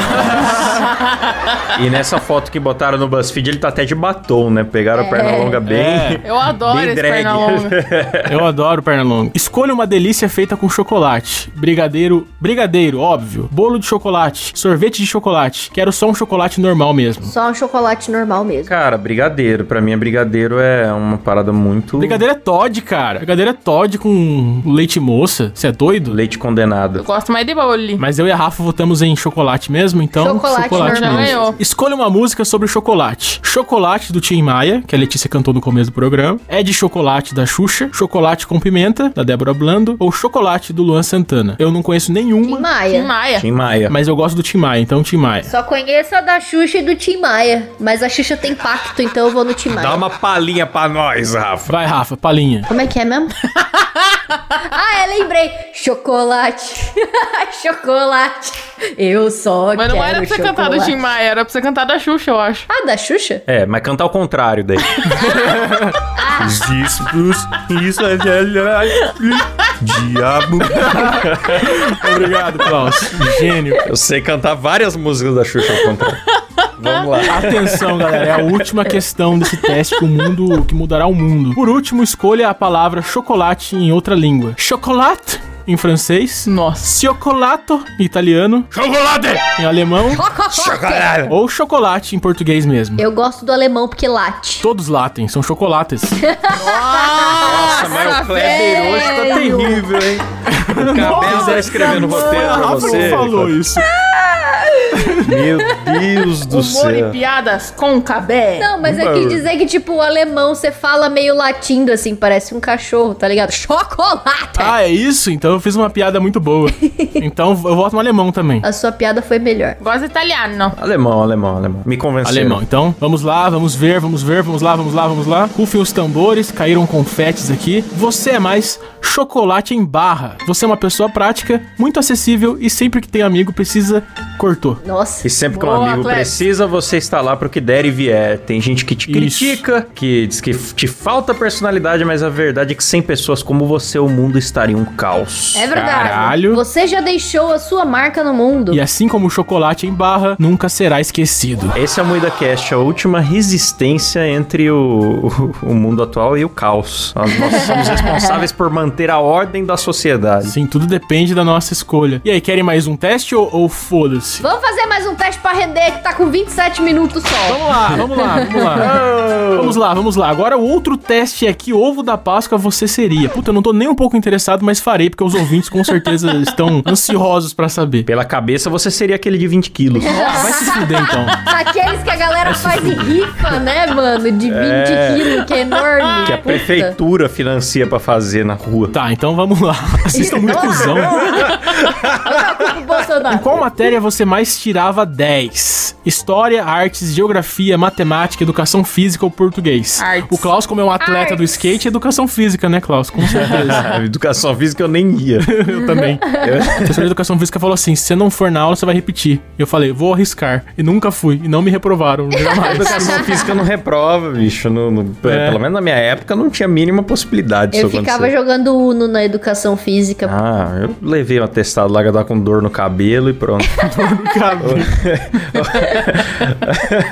Speaker 1: E nessa foto que botaram no BuzzFeed, ele tá até de batom, né? Pegaram a perna longa [LAUGHS] bem...
Speaker 3: Eu adoro
Speaker 1: Bem
Speaker 3: esse
Speaker 1: drag.
Speaker 3: perna longa.
Speaker 6: Eu adoro perna longa. Escolha uma delícia feita com chocolate. Brigadeiro, brigadeiro, óbvio. Bolo de chocolate, sorvete de chocolate. Quero só um chocolate normal mesmo.
Speaker 5: Só um chocolate normal
Speaker 1: [LAUGHS]
Speaker 5: mesmo.
Speaker 1: Cara, brigadeiro. Pra mim, brigadeiro é uma parada muito...
Speaker 6: Brigadeiro é Todd, cara. Brigadeiro é Todd com leite moça. Você é doido?
Speaker 1: Leite condenado. [LAUGHS]
Speaker 3: Eu gosto mais de boli.
Speaker 6: Mas eu e a Rafa votamos em chocolate mesmo, então
Speaker 5: Chocolate
Speaker 3: Já
Speaker 5: normal.
Speaker 6: mesmo.
Speaker 3: ganhou.
Speaker 6: Escolha uma música sobre chocolate. Chocolate do Tim Maia, que a Letícia cantou no começo do programa. É de chocolate da Xuxa. Chocolate com pimenta, da Débora Blando. Ou chocolate do Luan Santana. Eu não conheço nenhum nenhuma.
Speaker 5: Tim Maia.
Speaker 3: Tim Maia.
Speaker 1: Tim Maia.
Speaker 6: Mas eu gosto do Tim Maia, então Tim Maia.
Speaker 5: Só conheço a da Xuxa e do Tim Maia. Mas a Xuxa tem pacto, então eu vou no Tim Maia.
Speaker 1: Dá uma palhinha pra nós, Rafa.
Speaker 6: Vai, Rafa, palinha.
Speaker 5: Como é que é mesmo? ah, é, lembrei. Chocolate. [LAUGHS] chocolate. Eu só
Speaker 3: Mas
Speaker 5: quero
Speaker 3: não era pra você cantar do
Speaker 5: chocolate.
Speaker 3: Tim Maia, era pra você cantar da Xuxa, eu acho.
Speaker 5: Ah, da Xuxa?
Speaker 1: É, mas cantar ao contrário daí. Isso, Bruce, isso é diabo.
Speaker 6: Obrigado, Klaus. Gênio.
Speaker 1: Eu sei cantar várias músicas da Xuxa ao contrário. Vamos lá.
Speaker 6: Atenção, galera, é a última questão desse teste que o mundo que mudará o mundo. Por último, escolha a palavra chocolate em outra língua. Chocolate em francês,
Speaker 3: Nossa.
Speaker 6: ciocolato em italiano,
Speaker 1: Chocolate!
Speaker 6: em alemão
Speaker 5: [LAUGHS]
Speaker 1: Chocolate!
Speaker 6: ou chocolate em português mesmo.
Speaker 5: Eu gosto do alemão porque é late.
Speaker 6: Todos latem, são
Speaker 5: [LAUGHS]
Speaker 6: chocolates.
Speaker 1: Nossa, mas o Kleber hoje tá terrível, hein? O Cabelo tá escrevendo roteiro
Speaker 5: Ah,
Speaker 1: pra você.
Speaker 6: falou isso.
Speaker 1: Meu Deus do
Speaker 3: Humor e
Speaker 1: céu.
Speaker 3: piadas com cabé.
Speaker 5: Não, mas eu
Speaker 1: Uma-
Speaker 5: quis dizer que, tipo, o alemão você fala meio latindo, assim, parece um cachorro, tá ligado? Chocolate!
Speaker 6: Ah, é isso? Então eu fiz uma piada muito
Speaker 5: [LAUGHS]
Speaker 6: boa. Então eu voto no alemão também.
Speaker 5: A sua piada foi melhor.
Speaker 3: Gosto de italiano, não.
Speaker 1: Alemão, alemão, alemão. Me
Speaker 5: Tá
Speaker 1: convenceu.
Speaker 6: Alemão. Então, vamos lá, vamos ver, vamos ver, vamos lá, vamos lá, vamos lá. Rufem os tambores, caíram confetes aqui. Você é mais chocolate em barra. Você é uma pessoa prática, muito acessível e sempre que tem amigo precisa, cortou.
Speaker 5: Nossa.
Speaker 1: E sempre que um
Speaker 3: Boa,
Speaker 1: amigo
Speaker 3: Kleber.
Speaker 1: precisa, você está lá pro que der e vier. Tem gente que te
Speaker 6: Isso.
Speaker 1: critica, que diz que f- te falta personalidade, mas a verdade é que sem pessoas como você, o mundo estaria um caos.
Speaker 5: É verdade.
Speaker 6: Caralho.
Speaker 5: Você já deixou a sua marca no mundo.
Speaker 6: E assim como o chocolate em barra, nunca será esquecido.
Speaker 1: Esse é o Moída Cast, a última resistência entre o, o, o mundo atual e o caos. Nós, nós somos responsáveis por manter a ordem da sociedade.
Speaker 6: Sim, tudo depende da nossa escolha. E aí, querem mais um teste ou, ou foda-se?
Speaker 5: Vamos fazer mais um teste pra render, que tá com 27 minutos só.
Speaker 6: Vamos lá, vamos lá, vamos lá. vamos lá, vamos lá. Agora o outro teste é que ovo da Páscoa você seria. Puta, eu não tô nem um pouco interessado, mas farei, porque os ouvintes com certeza estão ansiosos pra saber.
Speaker 1: [LAUGHS] Pela cabeça, você seria aquele de 20 quilos.
Speaker 6: Ah, vai se fuder então.
Speaker 5: Aqueles que a galera faz em rifa, né, mano? De 20 quilos, que é enorme.
Speaker 1: Que a
Speaker 5: Puta.
Speaker 1: prefeitura financia pra fazer na rua. [LAUGHS]
Speaker 6: Tá, então vamos lá. Vocês estão muito cuzão.
Speaker 5: Eu tava com o Bolsonaro.
Speaker 6: Em qual matéria você mais tirava 10? História, artes, geografia, matemática, educação física ou português?
Speaker 3: Artes.
Speaker 6: O Klaus, como é um atleta do skate, é educação física, né, Klaus? Com
Speaker 1: [LAUGHS]
Speaker 6: certeza.
Speaker 1: Educação física eu nem ia.
Speaker 6: Eu também. A professora de educação física falou assim: se você não for na aula, você vai repetir. E eu falei, vou arriscar. E nunca fui. E não me reprovaram.
Speaker 1: A [LAUGHS]
Speaker 6: Jamais.
Speaker 1: educação física não reprova, bicho. No- no-
Speaker 6: É.
Speaker 1: Pelo menos na minha época não tinha a mínima possibilidade disso
Speaker 5: Eu ficava
Speaker 1: acontecer.
Speaker 5: jogando Uno na educação física.
Speaker 1: Ah, eu levei um atestado lá que eu tava com dor no cabelo e
Speaker 6: [LAUGHS]
Speaker 1: pronto. [LAUGHS]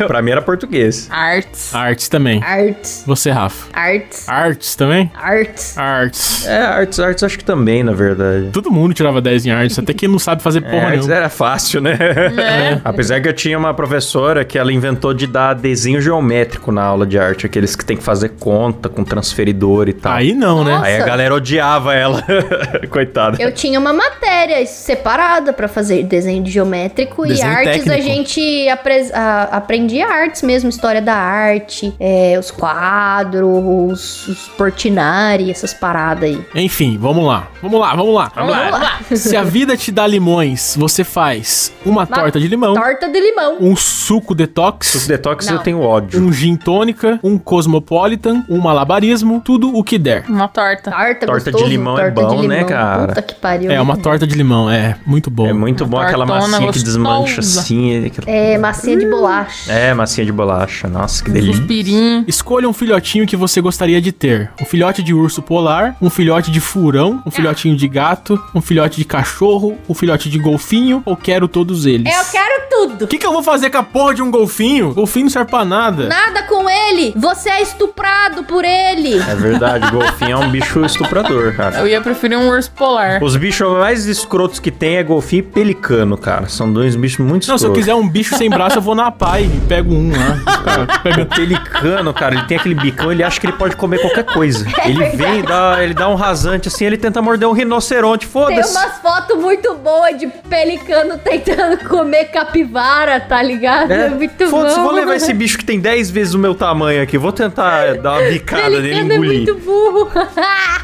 Speaker 1: pra mim era português.
Speaker 3: Arts.
Speaker 6: Artes também.
Speaker 5: Arts.
Speaker 6: Você, Rafa.
Speaker 5: Arts.
Speaker 6: Artes também?
Speaker 5: Arts.
Speaker 6: Artes.
Speaker 1: É, artes, artes acho que também, na verdade.
Speaker 6: Todo mundo tirava 10 em artes, até quem não sabe fazer
Speaker 1: É,
Speaker 6: porra
Speaker 1: artes
Speaker 6: nenhuma.
Speaker 1: era fácil, né?
Speaker 3: É.
Speaker 1: [LAUGHS] Apesar que eu tinha uma professora que ela inventou de dar desenho geométrico na aula de arte, aqueles que tem que fazer conta com transferidor e tal.
Speaker 6: Aí não, né?
Speaker 5: Nossa.
Speaker 1: Aí a galera odiava ela. [LAUGHS] Coitada.
Speaker 5: Eu tinha uma matéria separada pra fazer desenho de geométrico
Speaker 6: Desenho
Speaker 5: e artes a
Speaker 6: técnico.
Speaker 5: gente apres- a- aprendia artes mesmo, história da arte, é, os quadros, os portinari, essas paradas aí.
Speaker 6: Enfim, vamos lá. Vamos lá, vamos lá.
Speaker 3: Vamos lá, vamos lá.
Speaker 6: [LAUGHS] Se a vida te dá limões, você faz uma torta de
Speaker 1: Então-
Speaker 6: limão,
Speaker 5: Torta de limão.
Speaker 6: um suco
Speaker 1: Os
Speaker 6: detox,
Speaker 1: detox
Speaker 5: Não.
Speaker 1: eu tenho ódio.
Speaker 6: um gin tônica, um cosmopolitan, um malabarismo, tudo o que der.
Speaker 3: Uma torta.
Speaker 5: Torta,
Speaker 1: Torta de
Speaker 5: gostoso,
Speaker 1: limão é bom, né, cara?
Speaker 5: Puta que pariu.
Speaker 6: É, uma torta de limão, é, muito bom.
Speaker 1: É muito bom aquela
Speaker 3: tortona
Speaker 1: massinha que
Speaker 3: gostosa.
Speaker 1: desmancha assim. aquela-
Speaker 5: É, massinha de bolacha.
Speaker 1: É, massinha de bolacha. Nossa, que delícia.
Speaker 3: Suspirinho.
Speaker 6: Escolha um filhotinho que você gostaria de ter. Um filhote de urso polar, um filhote de furão, um filhotinho de gato, um filhote de cachorro, um filhote de golfinho, ou quero todos eles.
Speaker 1: É
Speaker 5: Eu quero tudo.
Speaker 6: O que, que eu vou fazer com a porra de um golfinho? Golfinho não serve pra nada.
Speaker 5: Nada com ele. Você é estuprado por ele.
Speaker 1: É verdade, o golfinho é um bicho estuprador, cara.
Speaker 3: Eu ia preferir um urso polar.
Speaker 1: Os bichos mais escrotos que tem é golfinho e pelicano, cara. São dois bichos muito
Speaker 6: Não,
Speaker 1: escrotos.
Speaker 6: se eu quiser um bicho sem braço, eu vou na pai e pego um lá. Pego-
Speaker 1: Pelicano, cara, ele tem aquele bicão, ele acha que ele pode comer qualquer coisa. Ele
Speaker 5: É
Speaker 1: vem, dá, ele dá um rasante assim, ele tenta morder um rinoceronte,
Speaker 5: Tem
Speaker 1: foda-se.
Speaker 5: umas fotos muito boas de pelicano tentando [LAUGHS] comer capivara, tá ligado? É, muito
Speaker 1: Foda-se,
Speaker 5: bom.
Speaker 1: vou levar esse bicho que tem 10 vezes o meu tamanho aqui. Vou tentar eh, dar uma bicada nele e
Speaker 5: Delicando é
Speaker 1: engolir.
Speaker 5: muito burro. [LAUGHS]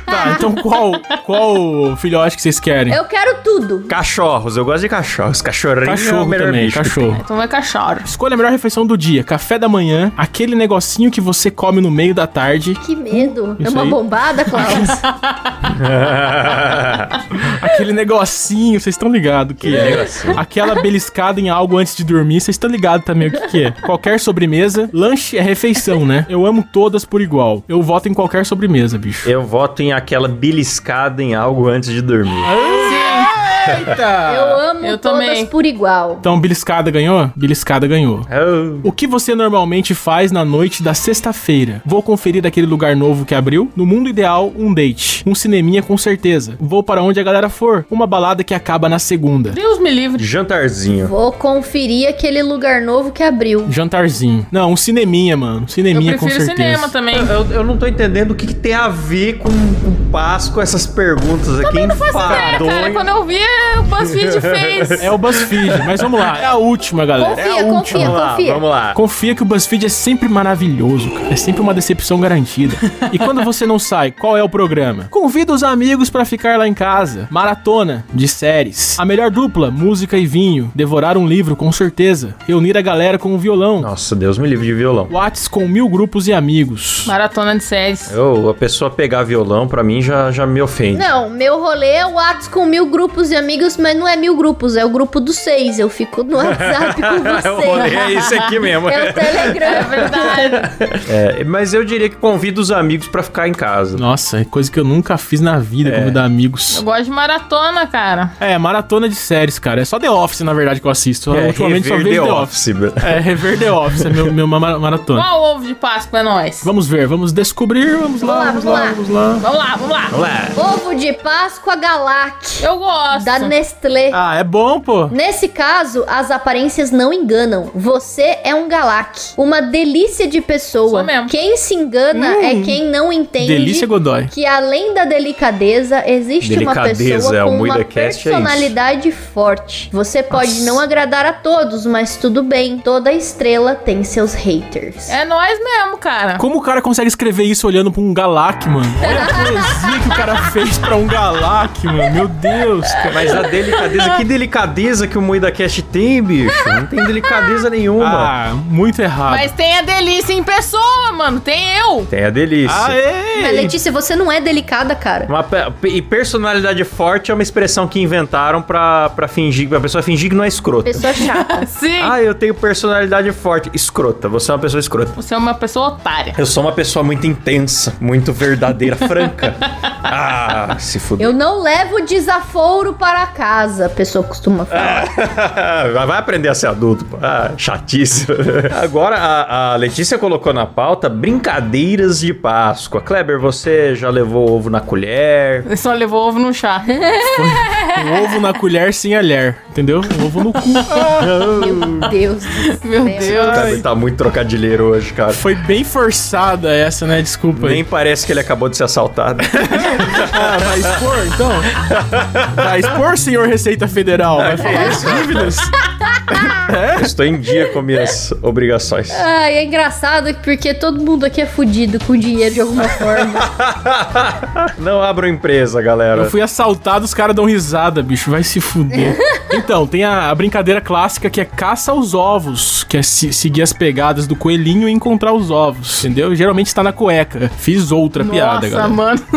Speaker 6: Tá, então qual, qual filhote que vocês querem?
Speaker 5: Eu quero tudo.
Speaker 1: Cachorros, eu gosto de cachorros. Cachorrinho é o
Speaker 6: Cachorro
Speaker 1: melhor
Speaker 6: também,
Speaker 1: bicho.
Speaker 6: cachorro.
Speaker 3: Então vai cachorro.
Speaker 6: Escolha a melhor refeição do dia. Café da manhã, aquele negocinho que você come no meio da tarde,
Speaker 5: Que medo. é
Speaker 6: isso
Speaker 5: uma
Speaker 6: aí.
Speaker 5: bombada, Klaus.
Speaker 1: [LAUGHS]
Speaker 6: aquele negocinho, vocês estão ligados que é. Aquela beliscada em algo antes de dormir, vocês estão ligados também o que, que é. Qualquer sobremesa, lanche é refeição, né? Eu amo todas por igual. Eu voto em qualquer sobremesa, bicho.
Speaker 1: Eu voto em aquela beliscada em algo antes de dormir.
Speaker 3: Sim.
Speaker 1: Ah,
Speaker 5: eu amo
Speaker 3: eu
Speaker 5: todas
Speaker 3: também.
Speaker 5: por igual.
Speaker 6: Então, beliscada ganhou? Beliscada ganhou.
Speaker 1: Oh.
Speaker 6: O que você normalmente faz na noite da sexta-feira? Vou conferir daquele lugar novo que abriu. No mundo ideal, um date. Um cineminha com certeza. Vou para onde a galera for. Uma balada que acaba na segunda.
Speaker 3: Deus me livre.
Speaker 1: Jantarzinho.
Speaker 5: Vou conferir aquele lugar novo que abriu.
Speaker 6: Jantarzinho. Não, um cineminha, mano.
Speaker 3: Eu
Speaker 6: Cineminha com
Speaker 3: prefiro
Speaker 6: certeza.
Speaker 3: cinema também.
Speaker 1: Eu, eu não tô entendendo o que, que tem a ver com, com Páscoa essas perguntas aqui. Também não
Speaker 3: É, cara, quando eu vi, o BuzzFeed fez.
Speaker 6: É o BuzzFeed, mas vamos lá. É a última, galera.
Speaker 5: Confia, confia,
Speaker 1: Vamos lá,
Speaker 5: confia.
Speaker 1: vamos lá.
Speaker 6: Confia que o BuzzFeed é sempre maravilhoso, cara. É sempre uma decepção garantida. E quando você não sai, qual é o programa? Convida os amigos pra ficar lá em casa. Maratona de séries. A melhor dupla, música e vinho. Devorar um livro, com certeza. Reunir a galera com um violão.
Speaker 1: Nossa, Deus me livre de violão.
Speaker 6: Whats com mil grupos e amigos.
Speaker 3: Maratona de séries.
Speaker 1: Eu, a pessoa pegar violão, pra mim, já, já me ofende.
Speaker 5: Não, meu rolê é o WhatsApp com mil grupos de amigos, mas não é mil grupos, é o grupo dos seis. Eu fico no WhatsApp com
Speaker 1: o rolê [LAUGHS] é
Speaker 5: você.
Speaker 1: isso aqui mesmo.
Speaker 5: [LAUGHS] É o Telegram.
Speaker 3: É verdade.
Speaker 1: É, mas eu diria que convido os amigos pra ficar em casa.
Speaker 6: Nossa, é coisa que eu nunca fiz na
Speaker 1: É.
Speaker 6: vida, convidar amigos.
Speaker 3: Eu gosto de maratona, cara.
Speaker 6: É, maratona de séries, cara. É só The Office, na verdade, que eu assisto.
Speaker 1: É,
Speaker 6: Ultimamente só
Speaker 1: rever
Speaker 6: vejo
Speaker 1: The
Speaker 6: The Office.
Speaker 1: bro.
Speaker 6: É, rever The Office é meu, meu ma- maratona.
Speaker 3: Qual ovo de Páscoa é nós?
Speaker 6: Vamos ver, vamos descobrir, vamos lá, vamos
Speaker 5: Vamos
Speaker 6: lá,
Speaker 5: lá,
Speaker 6: vamos lá.
Speaker 3: Vamos lá, vamos lá.
Speaker 1: Vamos lá.
Speaker 5: Ovo de Páscoa Galac,
Speaker 3: Eu gosto.
Speaker 5: da Nestlé.
Speaker 6: Ah, é bom, pô.
Speaker 5: Nesse caso, as aparências não enganam. Você é um Galac, uma delícia de pessoa.
Speaker 3: Sou mesmo.
Speaker 5: Quem se engana é quem não entende.
Speaker 6: Delícia é Godoy.
Speaker 5: que além da delicadeza, existe
Speaker 1: Delicadeza,
Speaker 5: uma pessoa
Speaker 1: é, o
Speaker 5: com uma
Speaker 1: MuidaCast é isso.
Speaker 5: personalidade forte. Você pode não agradar a todos, mas tudo bem. Toda estrela tem seus haters.
Speaker 3: É nós mesmo, cara.
Speaker 6: Como o cara consegue escrever isso olhando pra um Galac, mano? Olha a poesia que o cara fez pra um Galac, mano. Meu Deus, cara.
Speaker 1: Mas a delicadeza, que delicadeza que o Moída Cast tem, bicho? Não tem delicadeza nenhuma.
Speaker 6: Ah, muito errado.
Speaker 3: Mas tem a delícia em pessoa, mano. Tem eu.
Speaker 1: Tem É a delícia.
Speaker 5: Mas,
Speaker 6: Aê!
Speaker 5: Letícia, você não é delicada, cara.
Speaker 1: Uma pe- e personalidade forte é uma expressão que inventaram pra, pra fingir, pra pessoa fingir que não é escrota.
Speaker 5: Pessoa chata.
Speaker 3: Sim.
Speaker 1: Ah, eu tenho personalidade forte. Escrota, você é uma pessoa escrota.
Speaker 3: Você é uma pessoa otária.
Speaker 1: Eu sou uma pessoa muito intensa, muito verdadeira, [LAUGHS] franca. Ah, se fudeu.
Speaker 5: Eu não levo desaforo para casa, a pessoa costuma falar.
Speaker 1: [LAUGHS] Vai vai aprender a ser adulto, pô. Ah, chatice. [LAUGHS] Agora, a, a Letícia colocou na pauta brincadeiras de Páscoa. Kleber, você já levou ovo na colher?
Speaker 3: Ele só levou ovo no chá.
Speaker 6: Um ovo na colher sem alher, entendeu? Um ovo no cu.
Speaker 5: Meu Deus.
Speaker 3: Meu
Speaker 5: Meu
Speaker 3: Deus.
Speaker 1: Kleber tá muito trocadilheiro hoje, cara.
Speaker 6: Foi bem forçada essa, né? Desculpa aí.
Speaker 1: Nem parece que ele acabou de ser assaltado.
Speaker 6: Ah, vai expor, então? Vai expor, senhor Receita Federal? Vai
Speaker 1: É.
Speaker 6: falar as dívidas?
Speaker 1: Eu Estou em dia com minhas obrigações.
Speaker 5: Ai, é engraçado porque todo mundo aqui é fudido com dinheiro de alguma forma.
Speaker 3: [LAUGHS]
Speaker 1: Não abro empresa,
Speaker 6: Eu
Speaker 3: É.
Speaker 1: galera.
Speaker 6: fui assaltado, os caras dão risada, bicho. Vai se
Speaker 3: [LAUGHS]
Speaker 6: fuder. Então, tem a, a brincadeira clássica que é caça aos ovos, que é se- seguir as pegadas do coelhinho e encontrar os ovos, entendeu? Geralmente está na cueca. Fiz outra piada,
Speaker 3: Nossa,
Speaker 6: galera.
Speaker 3: mano. [LAUGHS]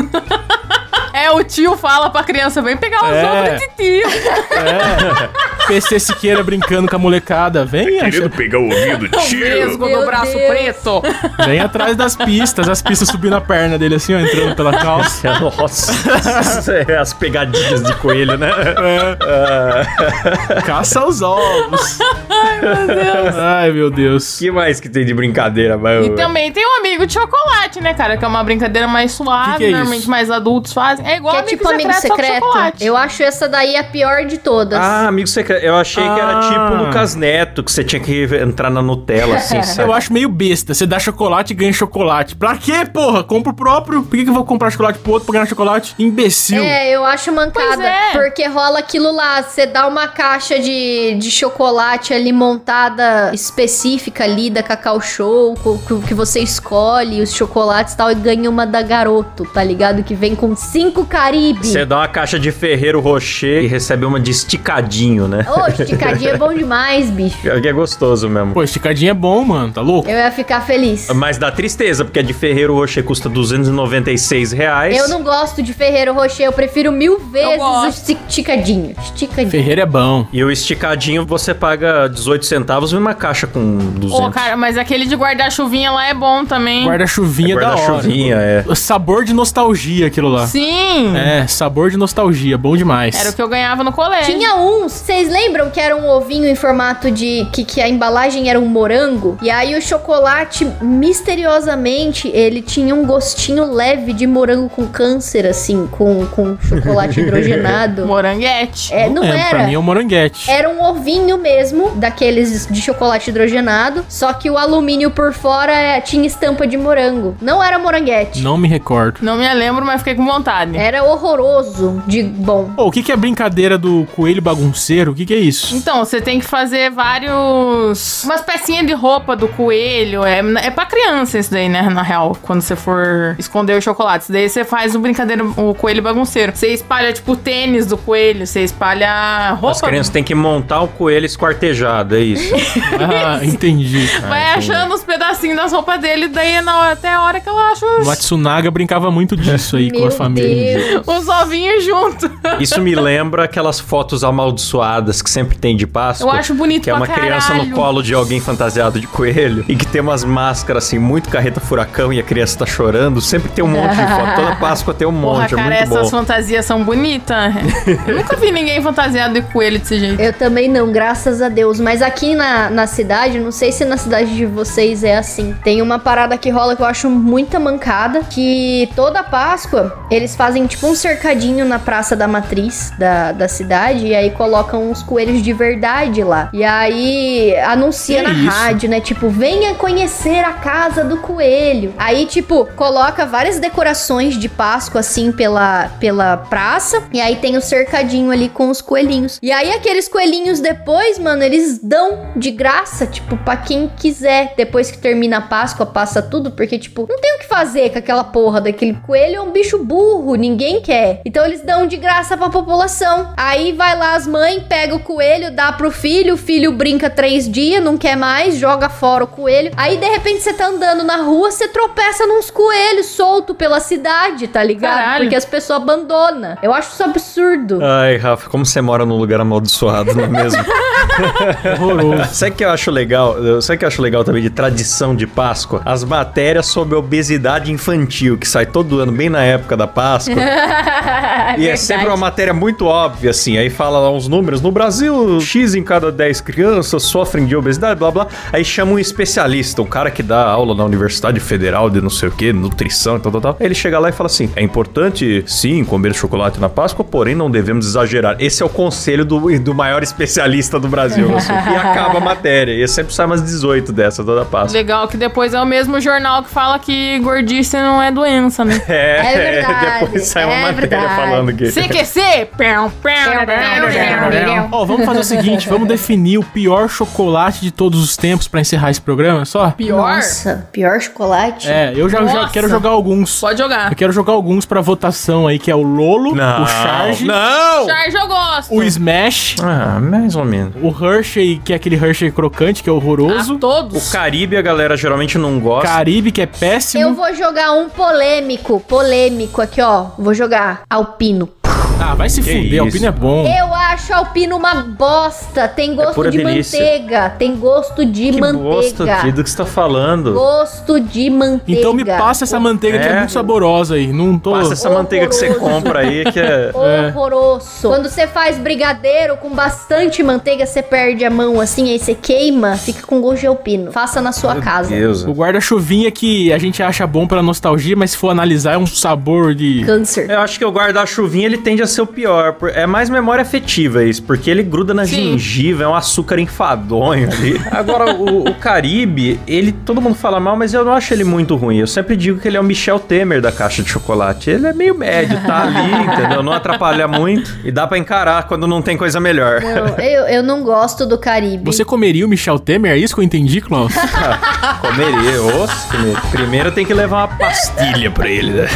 Speaker 3: É, o tio fala pra criança, vem pegar os
Speaker 6: É.
Speaker 3: ovos do tio.
Speaker 6: PC Siqueira brincando com a molecada. Vem, acha-
Speaker 1: pegar o ouvido do
Speaker 3: [LAUGHS] É Mesmo
Speaker 5: Meu
Speaker 3: do braço
Speaker 5: Deus.
Speaker 3: preto.
Speaker 6: vem atrás das pistas. As pistas subindo a perna dele assim, ó, entrando pela calça.
Speaker 3: [LAUGHS]
Speaker 1: Nossa, [LAUGHS] as pegadinhas de coelho, né?
Speaker 6: É. Caça aos ovos. Ai, meu Deus.
Speaker 1: que mais que tem de brincadeira, mano?
Speaker 3: Então, E também tem um amigo de chocolate, né, cara? Que é uma brincadeira mais suave,
Speaker 6: Que que é
Speaker 3: normalmente
Speaker 6: isso?
Speaker 3: mais adultos fazem. É É igual
Speaker 5: que é
Speaker 3: amigo
Speaker 5: tipo amigo
Speaker 3: secreto, só com
Speaker 5: secreto.
Speaker 3: chocolate.
Speaker 5: Eu acho essa daí a pior de todas.
Speaker 1: Ah, amigo secreto. Eu achei que era
Speaker 7: Ah.
Speaker 1: tipo Lucas Neto, que você tinha que entrar na Nutella, assim,
Speaker 5: [LAUGHS]
Speaker 1: sabe?
Speaker 6: Eu acho meio besta. Você dá chocolate e ganha chocolate. Pra quê, porra? Compra o próprio. Por que, que eu vou comprar chocolate pro outro pra ganhar chocolate? Imbecil.
Speaker 5: É, eu acho mancada.
Speaker 3: Pois é.
Speaker 5: Porque rola aquilo lá. Você dá uma caixa de, de chocolate ali montada específica ali da Cacau Show, co- co- que você escolhe os chocolates e tal, e ganha uma da garoto, tá ligado? Que vem com cinco Caribe.
Speaker 1: Você dá uma caixa de Ferreiro Rocher e recebe uma de esticadinho, né?
Speaker 5: Ô, esticadinha é bom demais, bicho.
Speaker 1: É que é gostoso mesmo.
Speaker 6: Pô, esticadinha é bom, mano. Tá louco?
Speaker 5: Eu ia ficar feliz.
Speaker 1: Mas dá tristeza, porque a de Ferreiro Rocher custa 296
Speaker 6: É
Speaker 1: reais.
Speaker 5: Eu não gosto de Ferreiro Rocher, eu prefiro mil vezes o
Speaker 3: gosto.
Speaker 5: esticadinho. Esticadinho.
Speaker 6: Ferreira é bom.
Speaker 1: E o esticadinho você paga 18 centavos e uma caixa com 200.
Speaker 3: Ô, cara, mas aquele de guarda-chuvinha lá é bom também.
Speaker 6: Guarda-chuvinha
Speaker 1: É
Speaker 6: da hora.
Speaker 1: guarda-chuvinha, é.
Speaker 6: O Sabor de nostalgia aquilo lá.
Speaker 3: Sim!
Speaker 6: É, sabor de nostalgia. Bom demais.
Speaker 3: Era o que eu ganhava no colégio.
Speaker 5: Tinha uns, vocês lembram que era um ovinho em formato de. Que, que a embalagem era um morango? E aí o chocolate, misteriosamente, ele tinha um gostinho leve de morango com câncer, assim, com, com
Speaker 6: [LAUGHS]
Speaker 5: chocolate hidrogenado.
Speaker 3: Moranguete.
Speaker 5: É, não
Speaker 6: lembro, Pra
Speaker 5: era.
Speaker 6: mim é um moranguete.
Speaker 5: Era um ovinho mesmo, daqueles de chocolate hidrogenado, só que o alumínio por fora é- tinha estampa de morango. Não era moranguete.
Speaker 6: Não me recordo.
Speaker 3: Não me lembro, mas fiquei com vontade.
Speaker 5: Era horroroso de bom.
Speaker 6: Pô, o que, que é brincadeira do coelho bagunceiro? O que, que é
Speaker 5: [LAUGHS]
Speaker 6: isso?
Speaker 3: Então, você tem que fazer vários. Umas pecinhas de roupa do coelho. É, é pra criança isso daí, né? Na real, quando você for esconder o chocolate. Isso daí você faz o brincadeira, o coelho bagunceiro. Você espalha, tipo, o tênis do coelho, você espalha
Speaker 1: As
Speaker 3: roupa.
Speaker 1: crianças têm que montar o coelho esquartejado, é
Speaker 6: [LAUGHS]
Speaker 1: isso.
Speaker 6: Ah, entendi.
Speaker 3: Vai
Speaker 1: Ah, entendi.
Speaker 3: achando os pedacinhos das roupas dele, daí é na hora- até a hora que ela acha os,
Speaker 6: Matsunaga brincava muito disso aí com a
Speaker 5: Meu
Speaker 6: família.
Speaker 5: Deus.
Speaker 3: os ovinhos [LAUGHS] junto.
Speaker 1: Isso me lembra aquelas fotos amaldiçoadas que sempre tem de Páscoa.
Speaker 3: Eu acho bonito
Speaker 1: [LAUGHS] Que é
Speaker 3: pra
Speaker 1: uma criança no
Speaker 3: caralho.
Speaker 1: colo de alguém fantasiado de coelho e que tem umas máscaras assim, muito carreta furacão e a criança tá chorando. Sempre tem um monte de foto.
Speaker 3: [LAUGHS]
Speaker 1: Toda Páscoa tem um
Speaker 3: Porra,
Speaker 1: monte,
Speaker 3: cara,
Speaker 1: é muito
Speaker 3: essas
Speaker 1: bom.
Speaker 3: fantasias são bonitas. Eu nunca vi ninguém fantasiado de coelho desse jeito.
Speaker 5: Eu também não, graças a Deus. Mas aqui na, na cidade, não sei se na cidade de vocês é assim. Tem uma parada que rola que eu acho muita mancada. Que toda Páscoa eles fazem tipo um cercadinho na Praça da Matriz da, da cidade. E aí colocam uns coelhos de verdade lá. E aí anuncia
Speaker 6: Que
Speaker 5: na
Speaker 6: isso?
Speaker 5: rádio, né? Tipo, venha conhecer a casa do coelho. Aí, tipo, coloca várias decorações de Páscoa assim pela, pela praça. E aí tem o cercadinho ali com os coelhinhos. E aí aqueles coelhinhos depois, mano, eles dão de graça, tipo, pra quem quiser. Depois que termina a Páscoa, passa tudo, porque, tipo, não tem o que fazer com aquela porra daquele coelho. É um bicho burro, ninguém quer. Então eles dão de graça pra população. Aí vai lá as mães, pega o coelho, dá pro filho, o filho brinca três dias, não quer mais, joga fora o coelho. Aí de repente você tá andando na rua, você tropeça nos coelhos solto pela cidade, tá ligado?
Speaker 3: Caralho.
Speaker 5: Porque as pessoas abandonam. Eu acho isso absurdo.
Speaker 1: Ai, Rafa, como você mora num lugar amaldiçoado, não é
Speaker 3: [LAUGHS]
Speaker 1: mesmo?
Speaker 6: Horroroso.
Speaker 1: Sabe o que eu acho legal? Eu- Sabe o que eu acho legal também de tradição de Páscoa? As matérias sobre obesidade infantil, que sai todo ano, bem na época da Páscoa. e é sempre uma matéria muito óbvia, assim. Aí fala lá uns números. No Brasil, X em cada 10 crianças sofrem de obesidade, blá blá. Aí chama um especialista, um cara que dá aula na Universidade Federal de não sei o que, nutrição e tal, tal, tal. Ele chega lá e fala assim: é importante, sim, comer chocolate na Páscoa, porém não devemos exagerar. Esse é o conselho do, do maior especialista do Brasil. assim. e acaba a matéria. E é sempre sai umas 18 dessa toda Páscoa.
Speaker 3: Legal que depois é o mesmo jornal que fala que gordice não é doença,
Speaker 1: [LAUGHS]
Speaker 3: né?
Speaker 5: É verdade,
Speaker 1: depois sai
Speaker 5: é
Speaker 1: uma matéria
Speaker 5: verdade. é
Speaker 1: falando que.
Speaker 3: CQC! Pão, pão,
Speaker 6: Ó, vamos fazer o seguinte, vamos definir o pior chocolate de todos os tempos pra encerrar esse programa, só?
Speaker 3: Pior?
Speaker 5: Nossa, pior chocolate?
Speaker 6: É, eu já, já
Speaker 3: Nossa.
Speaker 6: quero jogar alguns.
Speaker 3: Pode jogar.
Speaker 6: Eu quero jogar alguns pra votação aí, que é o Lolo,
Speaker 1: Não,
Speaker 6: o Charge,
Speaker 1: Não!
Speaker 3: Charge eu gosto.
Speaker 6: o Smash,
Speaker 1: Ah, mais ou menos.
Speaker 6: o Hershey, que é aquele Hershey crocante, que é horroroso,
Speaker 3: A todos.
Speaker 1: O Caribe a galera geralmente não gosta.
Speaker 6: Caribe, que é péssimo.
Speaker 5: Eu vou jogar um polêmico, polêmico aqui, ó. Vou jogar alpino.
Speaker 6: Ah, vai se
Speaker 1: Que
Speaker 6: fuder,
Speaker 1: isso.
Speaker 6: Alpine é bom.
Speaker 5: Eu acho alpino uma bosta. Tem gosto
Speaker 1: Hum. É pura
Speaker 5: de
Speaker 1: delícia.
Speaker 5: manteiga. Tem gosto de
Speaker 1: Que bosta,
Speaker 5: manteiga.
Speaker 1: tio, do que você tá falando?
Speaker 5: Gosto de manteiga.
Speaker 6: Então me passa essa manteiga que
Speaker 1: É.
Speaker 6: é muito saborosa aí. Não tô.
Speaker 1: Passa essa manteiga que você
Speaker 5: Horroroso.
Speaker 1: compra aí, que
Speaker 5: [LAUGHS]
Speaker 1: é...
Speaker 5: Horroroso. Quando você faz brigadeiro com bastante manteiga, você perde a mão assim, aí você queima, fica com gosto de alpino. Faça na sua casa.
Speaker 1: Deus.
Speaker 6: O guarda-chuvinha que a gente acha bom pela nostalgia, mas se for analisar é um sabor de.
Speaker 5: Câncer.
Speaker 1: Eu acho que o guarda-chuvinha ele tende a ser o pior. por- É mais memória afetiva isso, porque ele gruda na
Speaker 3: Sim.
Speaker 1: gengiva, é um açúcar enfadonho ali. Agora, o, o Caribe, ele todo mundo fala mal, mas eu não acho ele muito ruim. Eu sempre digo que ele é o Michel Temer da caixa de chocolate. Ele é meio médio, tá ali, entendeu? Não atrapalha muito e dá pra encarar quando não tem coisa melhor.
Speaker 5: Não, eu, eu não gosto do Caribe.
Speaker 6: Você comeria o Michel Temer? É isso que eu entendi, [LAUGHS] Klaus?
Speaker 1: Comeria, osso, comer. Primeiro tem que levar uma pastilha pra ele, né?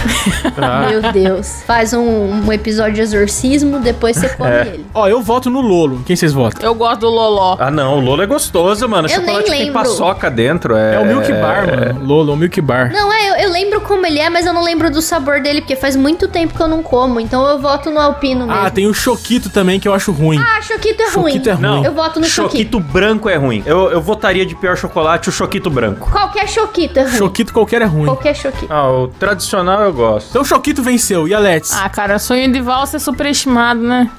Speaker 6: Ah.
Speaker 5: Meu Deus. Faz um, um episódio de exorcismo, depois você come
Speaker 1: É.
Speaker 5: ele.
Speaker 6: Ó, eu voto no Lolo. Quem vocês votam?
Speaker 3: Eu gosto do Loló.
Speaker 1: Ah, não, o Lolo é gostoso, mano.
Speaker 5: Eu
Speaker 1: Chocolate
Speaker 5: nem
Speaker 1: que tem
Speaker 5: lembro.
Speaker 1: paçoca dentro.
Speaker 6: É,
Speaker 1: É,
Speaker 6: o Milk Bar, mano. Lolo, é o Milk Bar.
Speaker 5: Não, é, eu, eu lembro como ele é, mas eu não lembro do sabor dele, porque faz muito tempo que eu não como, então eu voto no alpino mesmo.
Speaker 6: Ah, tem o Choquito também que eu acho ruim.
Speaker 5: Ah, Choquito é ruim.
Speaker 6: Choquito é ruim. Não.
Speaker 5: Eu voto no Choquito.
Speaker 1: Choquito branco é ruim. Eu, eu votaria de pior chocolate o Choquito branco.
Speaker 5: Qualquer Choquito é ruim.
Speaker 6: Choquito qualquer é ruim.
Speaker 5: Qualquer Choquito.
Speaker 1: Ah, o tradicional eu gosto.
Speaker 6: Então o Choquito venceu. E a Let's?
Speaker 3: Ah, cara, sonho de valsa é superestimado, né?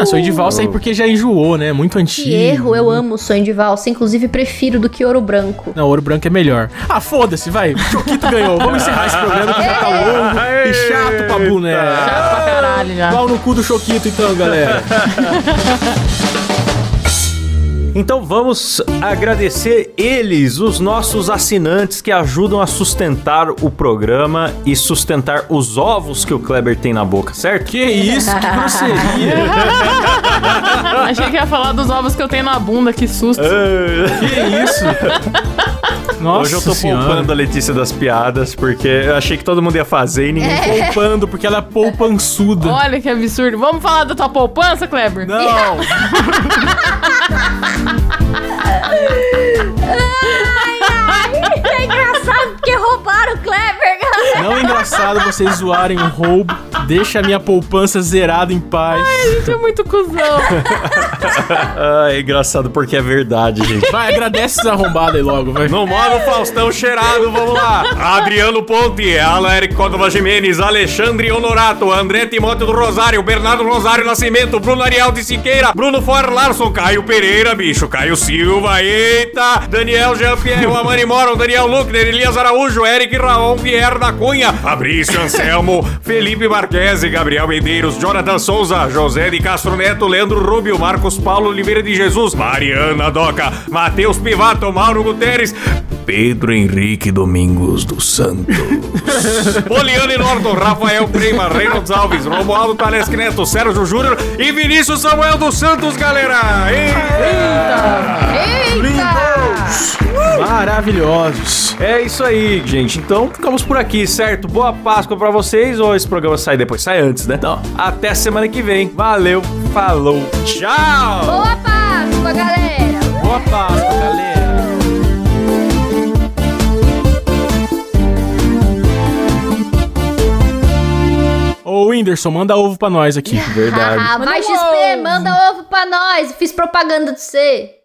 Speaker 6: Ah, sonho de valsa aí porque já enjoou, né? Muito antigo.
Speaker 5: Oh, Que erro, eu amo sonho de valsa, inclusive prefiro do que ouro branco.
Speaker 6: Não, ouro branco é melhor. Ah, foda-se, vai. Choquito ganhou. Vamos encerrar esse programa que já tá longo e chato pra boné.
Speaker 3: Chato pra
Speaker 6: [LAUGHS]
Speaker 3: caralho já.
Speaker 6: Pau no cu do Choquito, então, galera.
Speaker 1: Então vamos agradecer eles, os nossos assinantes que ajudam a sustentar o programa e sustentar os ovos que o Kleber tem na boca, certo?
Speaker 6: Que isso, que
Speaker 5: [LAUGHS]
Speaker 6: grosseria.
Speaker 3: Achei que ia falar dos ovos que eu tenho na bunda, que
Speaker 1: É.
Speaker 3: susto.
Speaker 6: Que isso. Nossa
Speaker 1: Hoje eu tô
Speaker 6: senhora.
Speaker 1: poupando a Letícia das piadas, porque eu achei que todo mundo ia fazer e ninguém fez.
Speaker 6: Poupando, porque ela é poupançuda.
Speaker 3: Olha que absurdo. Vamos falar da tua poupança,
Speaker 1: [LAUGHS]
Speaker 3: Kleber?
Speaker 6: Não.
Speaker 5: É engraçado porque roubaram o Kleber, galera.
Speaker 6: Não é engraçado vocês zoarem o roubo. Deixa a minha poupança zerada em paz.
Speaker 3: Isso é muito cuzão.
Speaker 1: Ah, é engraçado porque é verdade, gente.
Speaker 6: Vai, agradece esses arrombados aí logo, vai.
Speaker 1: No modo Faustão cheirado, vamos lá. Adriano Ponte, Alan Eric Córdova Jimenez, Alexandre Honorato, André Timóteo do Rosário, Bernardo Rosário Nascimento, Bruno Ariel de Siqueira, Bruno For Larson, Caio Pereira, bicho, Caio Silva, eita, Daniel Jean-Pierre, Amani Moron, Daniel Luckner, Elias Araújo, Eric Raon Pierre da Cunha, Fabrício Anselmo, Felipe Marquese, Gabriel Medeiros, Jonathan Souza, José de Castro Neto, Leandro Rubio, Marcos Paulo Oliveira de Jesus, [LAUGHS] Mariana Doca, Matheus Pivato, Mauro Guterres, Pedro Henrique Domingos dos [LAUGHS] Santos. Poliane Norton, Rafael Prima, Reynolds Alves, Romualdo Tales Neto, Sérgio Júnior e Vinícius Samuel dos Santos, galera!
Speaker 6: Uh! Maravilhosos.
Speaker 1: É isso aí, gente. Então ficamos por aqui, certo? Boa Páscoa pra vocês. Ou esse programa sai depois? Sai antes, né? Então, até semana que vem. Valeu, falou, tchau!
Speaker 5: Boa Páscoa, galera.
Speaker 1: Boa Páscoa, galera!
Speaker 6: Ô, Whindersson, manda ovo pra nós aqui.
Speaker 5: Verdade. Vai
Speaker 3: Manda um
Speaker 5: XP,
Speaker 3: ovo.
Speaker 5: manda ovo pra nós. Fiz propaganda de você.